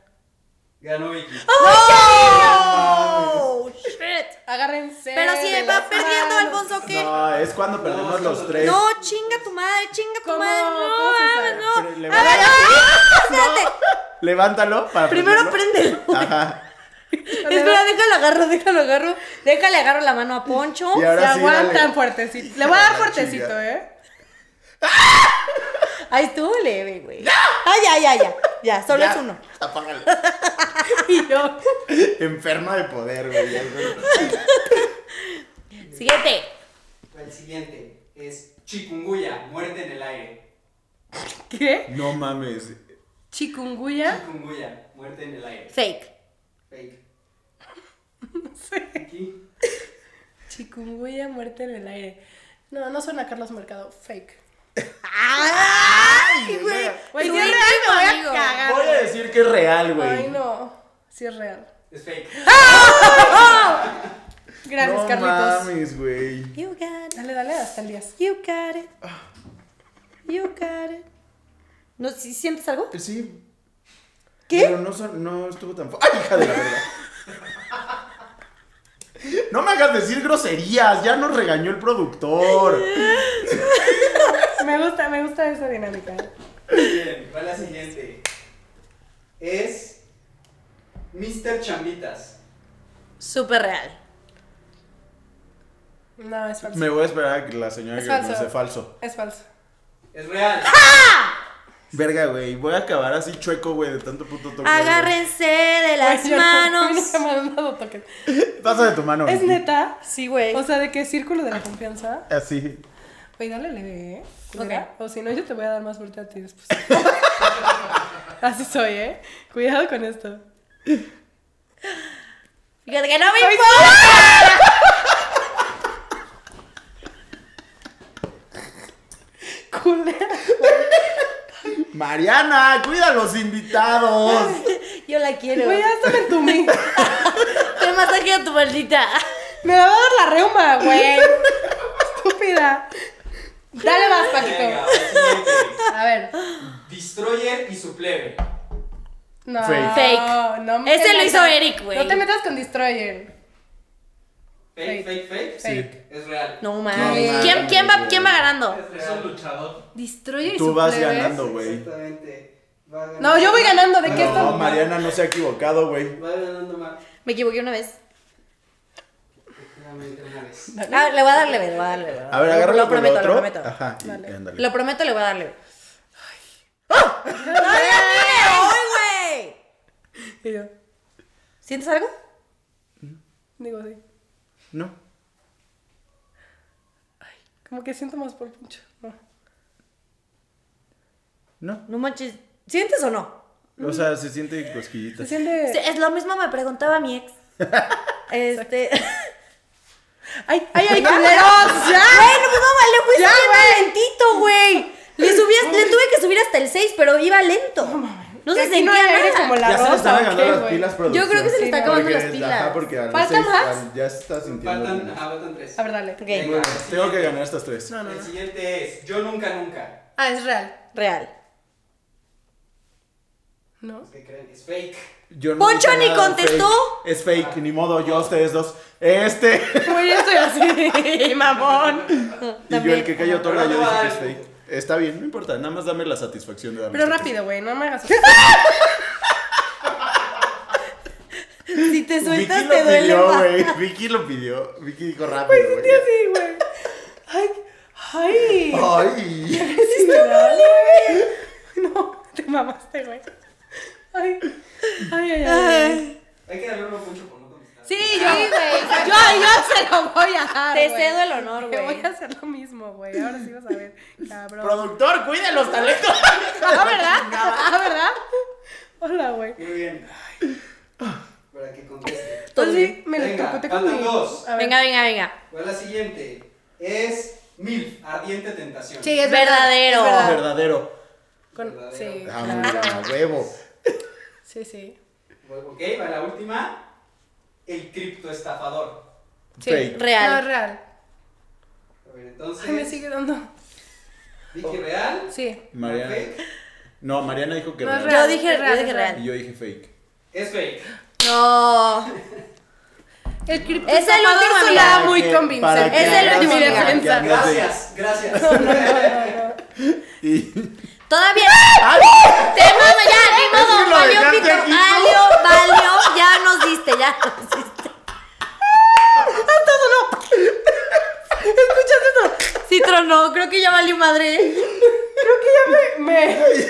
Speaker 4: Ganó Vicky.
Speaker 2: ¡Oh! shit.
Speaker 1: Agárrense.
Speaker 2: Pero si
Speaker 1: de
Speaker 2: va
Speaker 1: las
Speaker 2: perdiendo,
Speaker 1: manos.
Speaker 2: Alfonso, ¿qué? No,
Speaker 3: No, es cuando perdemos
Speaker 4: No,
Speaker 3: los tres.
Speaker 2: chinga tu madre, chinga tu
Speaker 1: ¿Cómo?
Speaker 2: madre. No,
Speaker 1: ¿Cómo se sabe?
Speaker 2: no.
Speaker 3: Pero le
Speaker 2: A
Speaker 3: va-
Speaker 2: ver, ¡ah! espérate.
Speaker 3: Levántalo para
Speaker 2: Primero
Speaker 3: prenderlo.
Speaker 2: préndelo.
Speaker 3: Ajá.
Speaker 2: Espera, déjalo agarro, déjalo agarro. Déjale agarro la mano a Poncho.
Speaker 3: Y
Speaker 1: Se
Speaker 3: ahora sí, dale.
Speaker 1: aguantan fuertecito. Le voy a
Speaker 3: La
Speaker 1: dar fuertecito,
Speaker 3: chinga.
Speaker 1: ¿eh? <laughs>
Speaker 2: Ay, estuvo leve, güey. Ay, ya, ya, ya. Ya, solo
Speaker 3: Ya,
Speaker 2: es
Speaker 3: <laughs>
Speaker 2: uno.
Speaker 3: Apágalo.
Speaker 1: Y yo.
Speaker 3: Enferma de poder, güey. ya, güey.
Speaker 2: Siguiente.
Speaker 4: El siguiente es chikungunya, muerte en el aire.
Speaker 1: ¿Qué?
Speaker 3: No mames.
Speaker 1: ¿Chikungunya?
Speaker 4: Chikungunya, muerte en el aire.
Speaker 2: Fake. <laughs>
Speaker 4: Fake. Vicky.
Speaker 1: Chikungunya, muerte en el aire. No, no suena a Carlos Mercado. Fake.
Speaker 2: ¡Ay, güey!
Speaker 1: Güey,
Speaker 2: Tu
Speaker 1: sí es
Speaker 2: íntimo
Speaker 1: real, me voy a
Speaker 2: amigo.
Speaker 1: cagar.
Speaker 3: Voy a decir que es real, güey.
Speaker 1: Ay, no. Sí es real.
Speaker 4: Es fake.
Speaker 1: Gracias,
Speaker 3: no
Speaker 1: Carlitos.
Speaker 3: mames, güey.
Speaker 2: You got it.
Speaker 1: Dale, dale, hasta el 10.
Speaker 2: You got it. You got it. ¿No si- sientes algo?
Speaker 3: Eh, Sí.
Speaker 2: ¿Qué?
Speaker 3: Pero no, son- no estuvo tan... fu- ¡Ay, hija de la verdad! No me hagas decir groserías, ya nos regañó el productor.
Speaker 1: Me gusta, me gusta esa dinámica. ¿eh?
Speaker 4: Bien, va la siguiente. Es Mr. Chambitas.
Speaker 2: Súper real.
Speaker 1: No, es falso.
Speaker 3: Me voy a esperar a que la señora
Speaker 1: Es
Speaker 3: que no
Speaker 1: falso.
Speaker 3: sea falso.
Speaker 1: Es falso.
Speaker 4: Es real.
Speaker 3: Verga, güey, voy a acabar así chueco, güey, de tanto puto toque.
Speaker 2: Agárrense de
Speaker 1: Güey,
Speaker 2: las
Speaker 1: Pues yo no- a mí <laughs>
Speaker 2: manos.
Speaker 1: nunca me han dado toques.
Speaker 3: güey. Pasa de tu mano.
Speaker 1: Es
Speaker 3: Vicky.
Speaker 1: neta.
Speaker 2: Sí, güey.
Speaker 1: O sea, de que círculo de la confianza.
Speaker 3: Así.
Speaker 1: Güey, dale leve, ¿eh? Culera. O si no, yo te voy a dar más fuerte a ti después. <laughs> Así soy, ¿eh? Cuidado con esto.
Speaker 2: Fíjate que no me importa.
Speaker 1: Culera.
Speaker 3: Mariana, cuida a los invitados.
Speaker 2: Yo la quiero.
Speaker 1: Güey, hasta me entumí.
Speaker 2: Te masaje a tu maldita.
Speaker 1: Me va a dar la reuma,
Speaker 2: <laughs>
Speaker 1: güey. Estúpida. Dale más,
Speaker 4: Venga,
Speaker 1: Paquito.
Speaker 4: va la siguiente.
Speaker 1: A ver.
Speaker 4: Destroyer y su plebe.
Speaker 1: No,
Speaker 3: Fake.
Speaker 2: Fake.
Speaker 1: no me
Speaker 2: Ese lo
Speaker 1: metas.
Speaker 2: hizo Eric, güey.
Speaker 1: No te metas con Destroyer.
Speaker 4: Fake,
Speaker 1: Fake.
Speaker 4: fake, fake.
Speaker 1: Fake.
Speaker 4: Es real.
Speaker 2: No
Speaker 3: No
Speaker 2: mames. ¿Quién, quién, va,
Speaker 3: mames,
Speaker 2: ¿Quién va
Speaker 3: güey.
Speaker 2: ganando?
Speaker 4: Es un luchador.
Speaker 1: Destroyer y
Speaker 3: Tú
Speaker 1: su
Speaker 3: vas
Speaker 1: plebe.
Speaker 3: ganando, güey.
Speaker 4: Exactamente. Va ganando.
Speaker 1: No, yo voy ganando, ¿de qué
Speaker 3: No,
Speaker 1: estamos?
Speaker 3: Mariana no se ha equivocado, güey.
Speaker 4: Va ganando más.
Speaker 2: Me equivoqué una vez.
Speaker 4: Déjame ver una vez.
Speaker 2: Ah, le voy a dar leve, le voy a dar leve.
Speaker 3: A ver,
Speaker 2: Lo-
Speaker 3: agárralo
Speaker 2: Lo
Speaker 3: con
Speaker 2: prometo,
Speaker 3: otro.
Speaker 2: lo prometo.
Speaker 3: Ajá, y
Speaker 1: Dale.
Speaker 3: ándale.
Speaker 2: Lo prometo, le voy a dar leve. ¡Ay! ¡No le hoy, güey!
Speaker 1: Y yo,
Speaker 2: ¿Sientes algo?
Speaker 1: digo así.
Speaker 3: No.
Speaker 1: Como que siento más por pincho. No.
Speaker 3: No.
Speaker 2: No manches. ¿Sientes o no?
Speaker 3: O sea, se siente cosquillita.
Speaker 1: Se siente.
Speaker 2: Sí, es lo mismo me preguntaba mi
Speaker 1: <laughs>
Speaker 2: ex. Este.
Speaker 1: ¡Ay, ay, ay,
Speaker 2: ¡Ya!
Speaker 1: culeros! ¡Ya!
Speaker 2: Güey, no me mal, le fuiste
Speaker 1: Ya,
Speaker 2: bien lentito, güey. Le subí, hasta- le tuve que subir hasta el 6, pero iba lento. No
Speaker 1: Que
Speaker 2: se
Speaker 1: aquí no
Speaker 2: sentía
Speaker 1: hay aire
Speaker 2: nada.
Speaker 1: como la
Speaker 3: Ya se le
Speaker 1: rosa,
Speaker 3: están
Speaker 1: ¿o qué,
Speaker 3: ganando las
Speaker 1: güey?
Speaker 3: pilas,
Speaker 2: Yo creo que se le está
Speaker 1: Sí,
Speaker 2: acabando
Speaker 3: Porque-
Speaker 2: las pilas.
Speaker 3: Ajá, porque a los
Speaker 1: ¿Falta
Speaker 3: seis,
Speaker 1: más?
Speaker 3: al- Ya se está sintiendo.
Speaker 4: Faltan,
Speaker 3: bien.
Speaker 4: ah, faltan tres.
Speaker 1: A ver, dale.
Speaker 2: Ok.
Speaker 4: Venga,
Speaker 3: Bueno,
Speaker 4: el siguiente.
Speaker 3: tengo que ganar estas tres.
Speaker 1: No, no,
Speaker 4: El
Speaker 1: no.
Speaker 4: siguiente es Yo Nunca Nunca.
Speaker 1: Ah, es real.
Speaker 2: Real.
Speaker 1: ¿No?
Speaker 4: ¿Qué creen? Es fake.
Speaker 3: Yo
Speaker 2: Poncho
Speaker 3: dije
Speaker 2: ni
Speaker 3: nada,
Speaker 2: contestó.
Speaker 3: fake. Es fake, ni modo, yo a ustedes dos. Este.
Speaker 1: <laughs>
Speaker 3: <laughs>
Speaker 1: Güey, yo estoy así, <laughs> mamón.
Speaker 3: Y yo el que cayó
Speaker 4: Pero
Speaker 3: otorga,
Speaker 4: no
Speaker 3: yo
Speaker 4: va
Speaker 3: dije
Speaker 4: a
Speaker 3: que
Speaker 4: dar
Speaker 3: es fake. Está bien, no importa, nada más dame la satisfacción de darme
Speaker 1: Pero
Speaker 3: esta
Speaker 1: rápido, güey, no me hagas <laughs>
Speaker 2: Si te
Speaker 3: tres. Vicky
Speaker 2: sueltas,
Speaker 3: lo
Speaker 2: te duele
Speaker 3: pidió,
Speaker 2: más. Pues,
Speaker 3: güey. Vicky lo pidió. Vicky dijo rápido, güey.
Speaker 1: así, güey. Ay, ay.
Speaker 3: Ay.
Speaker 1: Sí, me duele, güey. <laughs> No, te mamaste, güey. Ay, ay, ay. ay.
Speaker 4: Hay que darle uno mucho por no contestar.
Speaker 1: Sí, yo,
Speaker 2: Sí,
Speaker 1: yo,
Speaker 2: güey,
Speaker 1: yo se lo voy a dar.
Speaker 2: Te
Speaker 1: güey.
Speaker 2: cedo el honor,
Speaker 1: Te
Speaker 2: güey.
Speaker 1: voy a hacer lo mismo, güey. Ahora sí vas a <laughs> ver. Cabrón.
Speaker 3: Productor, cuida los talentos.
Speaker 1: Ah,
Speaker 2: <laughs>
Speaker 1: ¿verdad? Ah, ¿verdad? Hola, güey.
Speaker 4: Muy bien. Para que conteste.
Speaker 2: Todo
Speaker 1: Entonces, me lo
Speaker 4: Venga,
Speaker 1: tocote con
Speaker 4: faltan
Speaker 1: mi...
Speaker 4: dos.
Speaker 1: A ver.
Speaker 2: Venga, venga, venga.
Speaker 4: Pues la siguiente es Mil, Ardiente Tentación.
Speaker 1: Sí, es
Speaker 2: Verdadero.
Speaker 1: verdad, es verdad.
Speaker 3: Verdadero.
Speaker 1: Con- Sí,
Speaker 3: Ah, muy
Speaker 1: claro.
Speaker 3: bien, a huevo.
Speaker 1: Sí, sí.
Speaker 4: Ok, para la última, El Criptoestafador.
Speaker 1: Sí.
Speaker 3: Fake.
Speaker 2: Real.
Speaker 1: No, es real.
Speaker 4: A ver, entonces,
Speaker 1: Ay, me sigue dando.
Speaker 4: Vicky Real,
Speaker 1: Sí.
Speaker 3: Mariana.
Speaker 4: fake,
Speaker 3: No, Mariana dijo que
Speaker 1: No, es
Speaker 3: real.
Speaker 1: real.
Speaker 2: Yo dije,
Speaker 1: es real,
Speaker 2: yo dije
Speaker 1: es
Speaker 2: real.
Speaker 3: Y yo dije fake.
Speaker 4: es fake.
Speaker 2: No.
Speaker 1: El cripto
Speaker 2: Es el último,
Speaker 1: sonaba
Speaker 2: amiga.
Speaker 1: muy convincente.
Speaker 3: Para que- para que
Speaker 2: Es el
Speaker 1: En
Speaker 2: último,
Speaker 1: mi
Speaker 2: amiga.
Speaker 1: defensa. <laughs>
Speaker 3: Ya, ya.
Speaker 4: Gracias, gracias.
Speaker 3: Y <laughs>
Speaker 2: Todavía. Te mando ya, ni
Speaker 3: ¡Ah! Es que
Speaker 2: modo.
Speaker 3: lo
Speaker 2: Valió,
Speaker 3: dejaste
Speaker 2: pito.
Speaker 3: aquí, ¿no?
Speaker 2: Valió, valió. Ya nos diste, ya nos diste.
Speaker 1: ¿Escuchaste eso?
Speaker 2: Sí, tronó. Creo que ya valió <laughs> madre.
Speaker 1: Creo que ya me... me-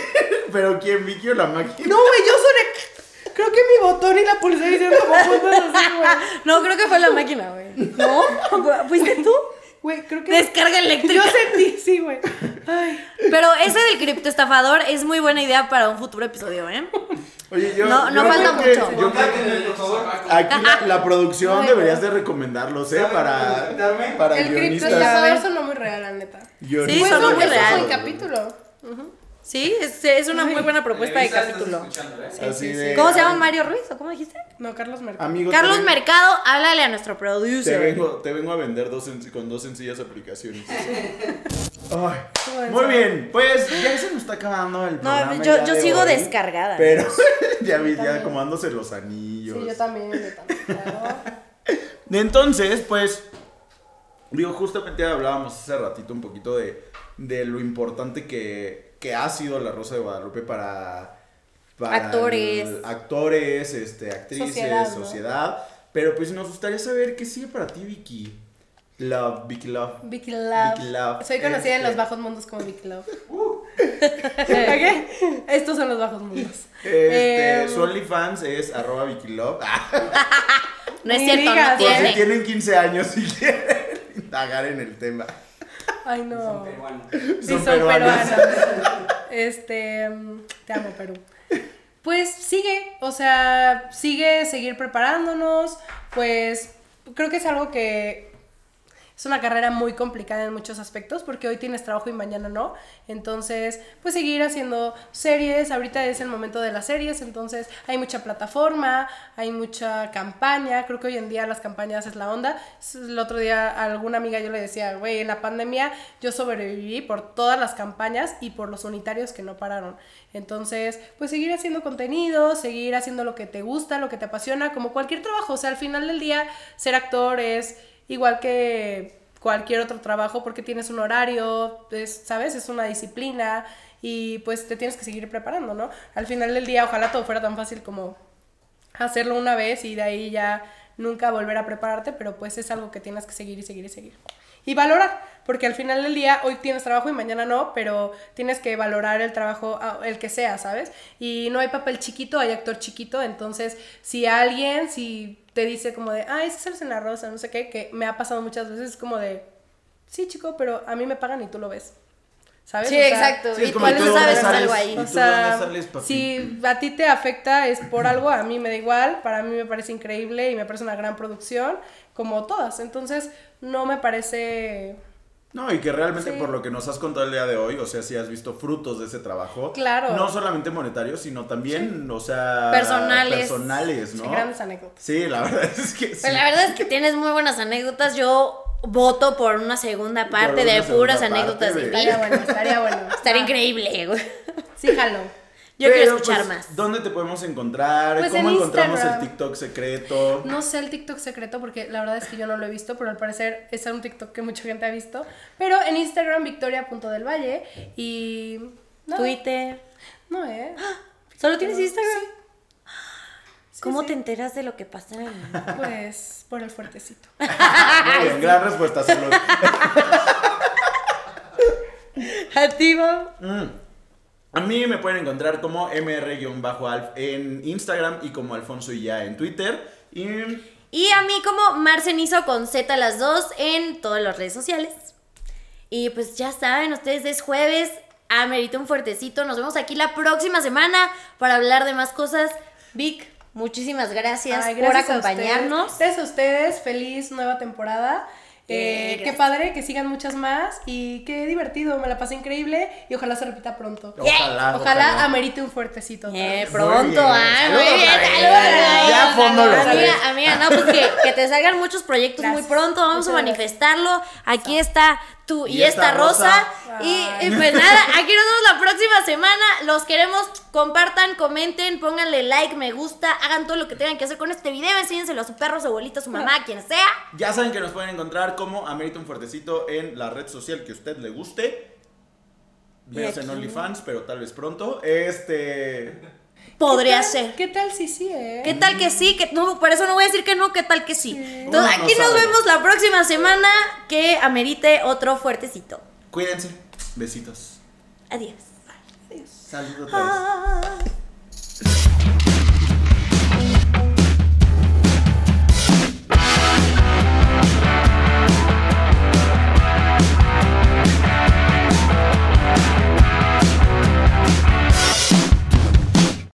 Speaker 3: pero quién Vicky o la máquina?
Speaker 1: No, güey, yo soné... Creo que mi botón y la pulsera hicieron como puntos así, güey.
Speaker 2: No, creo que fue la máquina, güey. ¿No? ¿Fuiste tú?
Speaker 1: Güey, creo que...
Speaker 2: Descarga eléctrica.
Speaker 1: Yo sentí, sí, güey. Ay.
Speaker 2: Pero ese del criptoestafador es muy buena idea para un futuro episodio, ¿eh?
Speaker 3: Oye, yo.
Speaker 2: No, no
Speaker 3: yo
Speaker 2: falta
Speaker 3: creo que-
Speaker 2: mucho.
Speaker 3: yo creo que
Speaker 4: Contáctenme, por favor.
Speaker 3: aquí la, la producción
Speaker 1: Ay,
Speaker 3: deberías de recomendarlos, ¿eh?
Speaker 4: ¿Saben cómo
Speaker 3: Para,
Speaker 4: contactarme?
Speaker 3: para
Speaker 1: El cripto
Speaker 3: guionistas.
Speaker 1: estafador sonó muy real, la neta.
Speaker 3: guionistas
Speaker 2: Sí,
Speaker 1: Pues
Speaker 2: sonó
Speaker 1: no,
Speaker 2: muy
Speaker 1: eso
Speaker 2: real.
Speaker 1: fue el capítulo.
Speaker 2: Sí, es, es una muy buena propuesta de
Speaker 4: Televisa, estás
Speaker 2: capítulo.
Speaker 4: escuchando, ¿eh?
Speaker 3: Así
Speaker 1: Sí, sí,
Speaker 3: de.
Speaker 2: ¿Cómo se llama Mario Ruiz o cómo dijiste?
Speaker 1: No, Carlos Mercado.
Speaker 3: Amigo, te
Speaker 2: Carlos
Speaker 3: ven-
Speaker 2: Mercado, háblale a nuestro
Speaker 3: Te
Speaker 2: producer.
Speaker 3: vengo, te vengo a vender dos sen- con dos sencillas aplicaciones. Ay,
Speaker 1: Bueno.
Speaker 3: muy bien, pues ya se nos está acabando el programa.
Speaker 2: yo-
Speaker 3: ya
Speaker 2: yo
Speaker 3: de
Speaker 2: sigo
Speaker 3: hoy,
Speaker 2: descargada.
Speaker 3: Pero <laughs> ya vi, ya
Speaker 1: también.
Speaker 3: acomodándose los anillos.
Speaker 1: Sí, yo también, yo también. claro.
Speaker 3: Entonces, pues, digo, justamente hablábamos hace ratito un poquito de, de lo importante que, que ha sido la Rosa de Guadalupe para, para
Speaker 2: Actores.
Speaker 3: el- actores, este, actrices, sociedad,
Speaker 1: Sociedad, ¿no?
Speaker 3: Pero pues nos gustaría saber qué sigue para ti, Vicky. Love, Vicky Love.
Speaker 1: Vicky Love.
Speaker 3: Vicky Love.
Speaker 1: Soy conocida en
Speaker 3: Este. Uh.
Speaker 1: los bajos mundos como Vicky Love. ¿Ok? Estos son los bajos mundos.
Speaker 3: Este,
Speaker 1: Em,
Speaker 3: su OnlyFans es arroba Vicky Love. Ah,
Speaker 2: No es
Speaker 1: Ni
Speaker 2: cierto, no
Speaker 1: digas,
Speaker 3: por si
Speaker 2: tiene.
Speaker 3: tienen 15 años y <laughs> quieren indagar en el tema.
Speaker 1: Ay,
Speaker 4: Son
Speaker 1: no.
Speaker 4: peruanos.
Speaker 1: Sí, son
Speaker 3: Son peruanos.
Speaker 1: peruanos. <laughs> Este, mm, te amo, Perú. Pues sigue, o sea, sigue seguir preparándonos, pues creo que es algo que es una carrera muy complicada en muchos aspectos porque hoy tienes trabajo y mañana no. Entonces, pues seguir haciendo series, ahorita es el momento de las series, entonces hay mucha plataforma, hay mucha campaña, creo que hoy en día las campañas es la onda. S- El otro día a alguna amiga yo le decía, güey, en la pandemia yo sobreviví por todas las campañas y por los unitarios que no pararon. Entonces, pues seguir haciendo contenido, seguir haciendo lo que te gusta, lo que te apasiona, como cualquier trabajo, o sea, al final del día ser actor es igual que cualquier otro trabajo porque tienes un horario, es, ¿sabes? Es una disciplina y pues te tienes que seguir preparando, ¿no? Al final del día, ojalá todo fuera tan fácil como hacerlo una vez y de ahí ya nunca volver a prepararte, pero pues es algo que tienes que seguir y seguir y seguir. Y valorar, porque al final del día hoy tienes trabajo y mañana no, pero tienes que valorar el trabajo, ah, el que sea, ¿sabes? Y no hay papel chiquito, hay actor chiquito, entonces si alguien, si te dice como de, ah, ese es el la rosa, no sé qué, que me ha pasado muchas veces, es como de, sí, chico, pero a mí me pagan y tú lo ves. ¿Sabes?
Speaker 2: Sí,
Speaker 1: O sea,
Speaker 2: exacto.
Speaker 3: Sí,
Speaker 2: y
Speaker 3: es
Speaker 2: tú
Speaker 3: como, ¿y
Speaker 2: no
Speaker 3: tú de dónde
Speaker 2: sabes
Speaker 3: sales?
Speaker 2: algo ahí.
Speaker 3: ¿Y
Speaker 1: O
Speaker 3: tú
Speaker 1: sea,
Speaker 3: dónde sales, papi?
Speaker 1: si a ti te afecta es por algo, a mí me da igual, para mí me parece increíble y me parece una gran producción, como todas. Entonces, no me parece...
Speaker 3: No, y que realmente
Speaker 1: Sí.
Speaker 3: por lo que nos has contado el día de hoy, o sea, si has visto frutos de ese trabajo.
Speaker 1: Claro.
Speaker 3: No solamente monetarios, sino también, o sea.
Speaker 2: Personales.
Speaker 3: Personales, ¿no?
Speaker 1: sí, grandes anécdotas.
Speaker 3: Sí, la verdad <laughs> es que sí.
Speaker 2: Pues la verdad es que tienes muy buenas anécdotas. Yo voto por una segunda parte
Speaker 3: una
Speaker 2: de
Speaker 3: segunda
Speaker 2: puras
Speaker 3: parte,
Speaker 2: anécdotas de ti.
Speaker 3: bebé.
Speaker 1: Estaría bueno, estaría bueno.
Speaker 2: <laughs> Estaría
Speaker 1: Ah,
Speaker 2: increíble, güey.
Speaker 1: Sí, jalo.
Speaker 2: Yo quiero
Speaker 3: Pero,
Speaker 2: escuchar
Speaker 3: pues,
Speaker 2: más.
Speaker 3: ¿Dónde te podemos encontrar?
Speaker 1: Pues
Speaker 3: ¿Cómo
Speaker 1: en
Speaker 3: encontramos
Speaker 1: Instagram.
Speaker 3: el
Speaker 1: <laughs>
Speaker 3: TikTok secreto?
Speaker 1: No sé el TikTok secreto porque la verdad es que yo no lo he visto, pero al parecer es un TikTok que mucha gente ha visto. Pero en Instagram, victoria.delvalle y... No,
Speaker 2: Twitter.
Speaker 1: no, ¿eh?
Speaker 2: ¿Solo tienes Instagram?
Speaker 1: Sí,
Speaker 2: ¿Cómo
Speaker 1: sí. <laughs>
Speaker 2: te enteras de lo que pasa en el mundo?
Speaker 1: Pues por el
Speaker 2: <laughs>
Speaker 1: fuertecito. Ah,
Speaker 3: Muy bien, gran respuesta, Salud.
Speaker 2: Activo.
Speaker 3: Mm. A mí me pueden encontrar como mr-alf en Instagram y como Alfonso y ya en Twitter. Y
Speaker 2: Y a mí como Marcenizo con Z las dos en todas las redes sociales. Y pues ya saben, ustedes es jueves, amerita un fuertecito. Nos vemos aquí la próxima semana para hablar de más cosas. Vic, muchísimas gracias,
Speaker 1: Ay,
Speaker 2: por
Speaker 1: gracias a
Speaker 2: acompañarnos.
Speaker 1: ustedes. Gracias a ustedes, feliz nueva temporada.
Speaker 2: Eh,
Speaker 1: Eh, qué
Speaker 2: gracias.
Speaker 1: padre, que sigan muchas más y qué divertido, me la pasé increíble y ojalá se repita pronto.
Speaker 3: ojalá, ojalá.
Speaker 1: Ojalá, amerite un fuertecito. otra
Speaker 2: Eh,
Speaker 1: vez.
Speaker 3: Muy
Speaker 2: pronto,
Speaker 3: bien.
Speaker 2: ah, muy
Speaker 3: Saludos,
Speaker 2: bien,
Speaker 3: Gabriel.
Speaker 2: saludos.
Speaker 3: Ya a fondo los
Speaker 2: Amiga,
Speaker 3: tres.
Speaker 2: amiga, no, pues que, que te salgan muchos proyectos
Speaker 1: Gracias.
Speaker 2: muy pronto, vamos a
Speaker 1: Muchas
Speaker 2: manifestarlo. Aquí está tú y,
Speaker 3: Y
Speaker 2: esta
Speaker 3: esta
Speaker 2: rosa.
Speaker 1: rosa.
Speaker 2: Y
Speaker 1: Ay.
Speaker 2: eh, pues nada, aquí nos vemos la próxima semana. Los queremos, compartan, comenten, pónganle like, me gusta, hagan todo lo que tengan que hacer con este video, enséñenselo a su perro, su abuelita, su mamá, a quien sea.
Speaker 3: Ya saben que nos pueden encontrar como Amerita un fuertecito en la red social que a usted le guste.
Speaker 2: Y
Speaker 3: Veas
Speaker 2: aquí.
Speaker 3: en OnlyFans, pero tal vez pronto. Este.
Speaker 2: Podría
Speaker 1: ¿Qué tal-
Speaker 2: ser.
Speaker 1: ¿Qué tal si sí, eh?
Speaker 2: ¿Qué tal que sí? Que no, por eso no voy a decir que no, ¿qué tal que sí? Entonces
Speaker 3: Uno no
Speaker 2: aquí nos
Speaker 3: sabe.
Speaker 2: vemos la próxima semana que amerite otro fuertecito.
Speaker 3: Cuídense. Besitos.
Speaker 2: Adiós.
Speaker 3: Salud otra vez.
Speaker 2: Ah.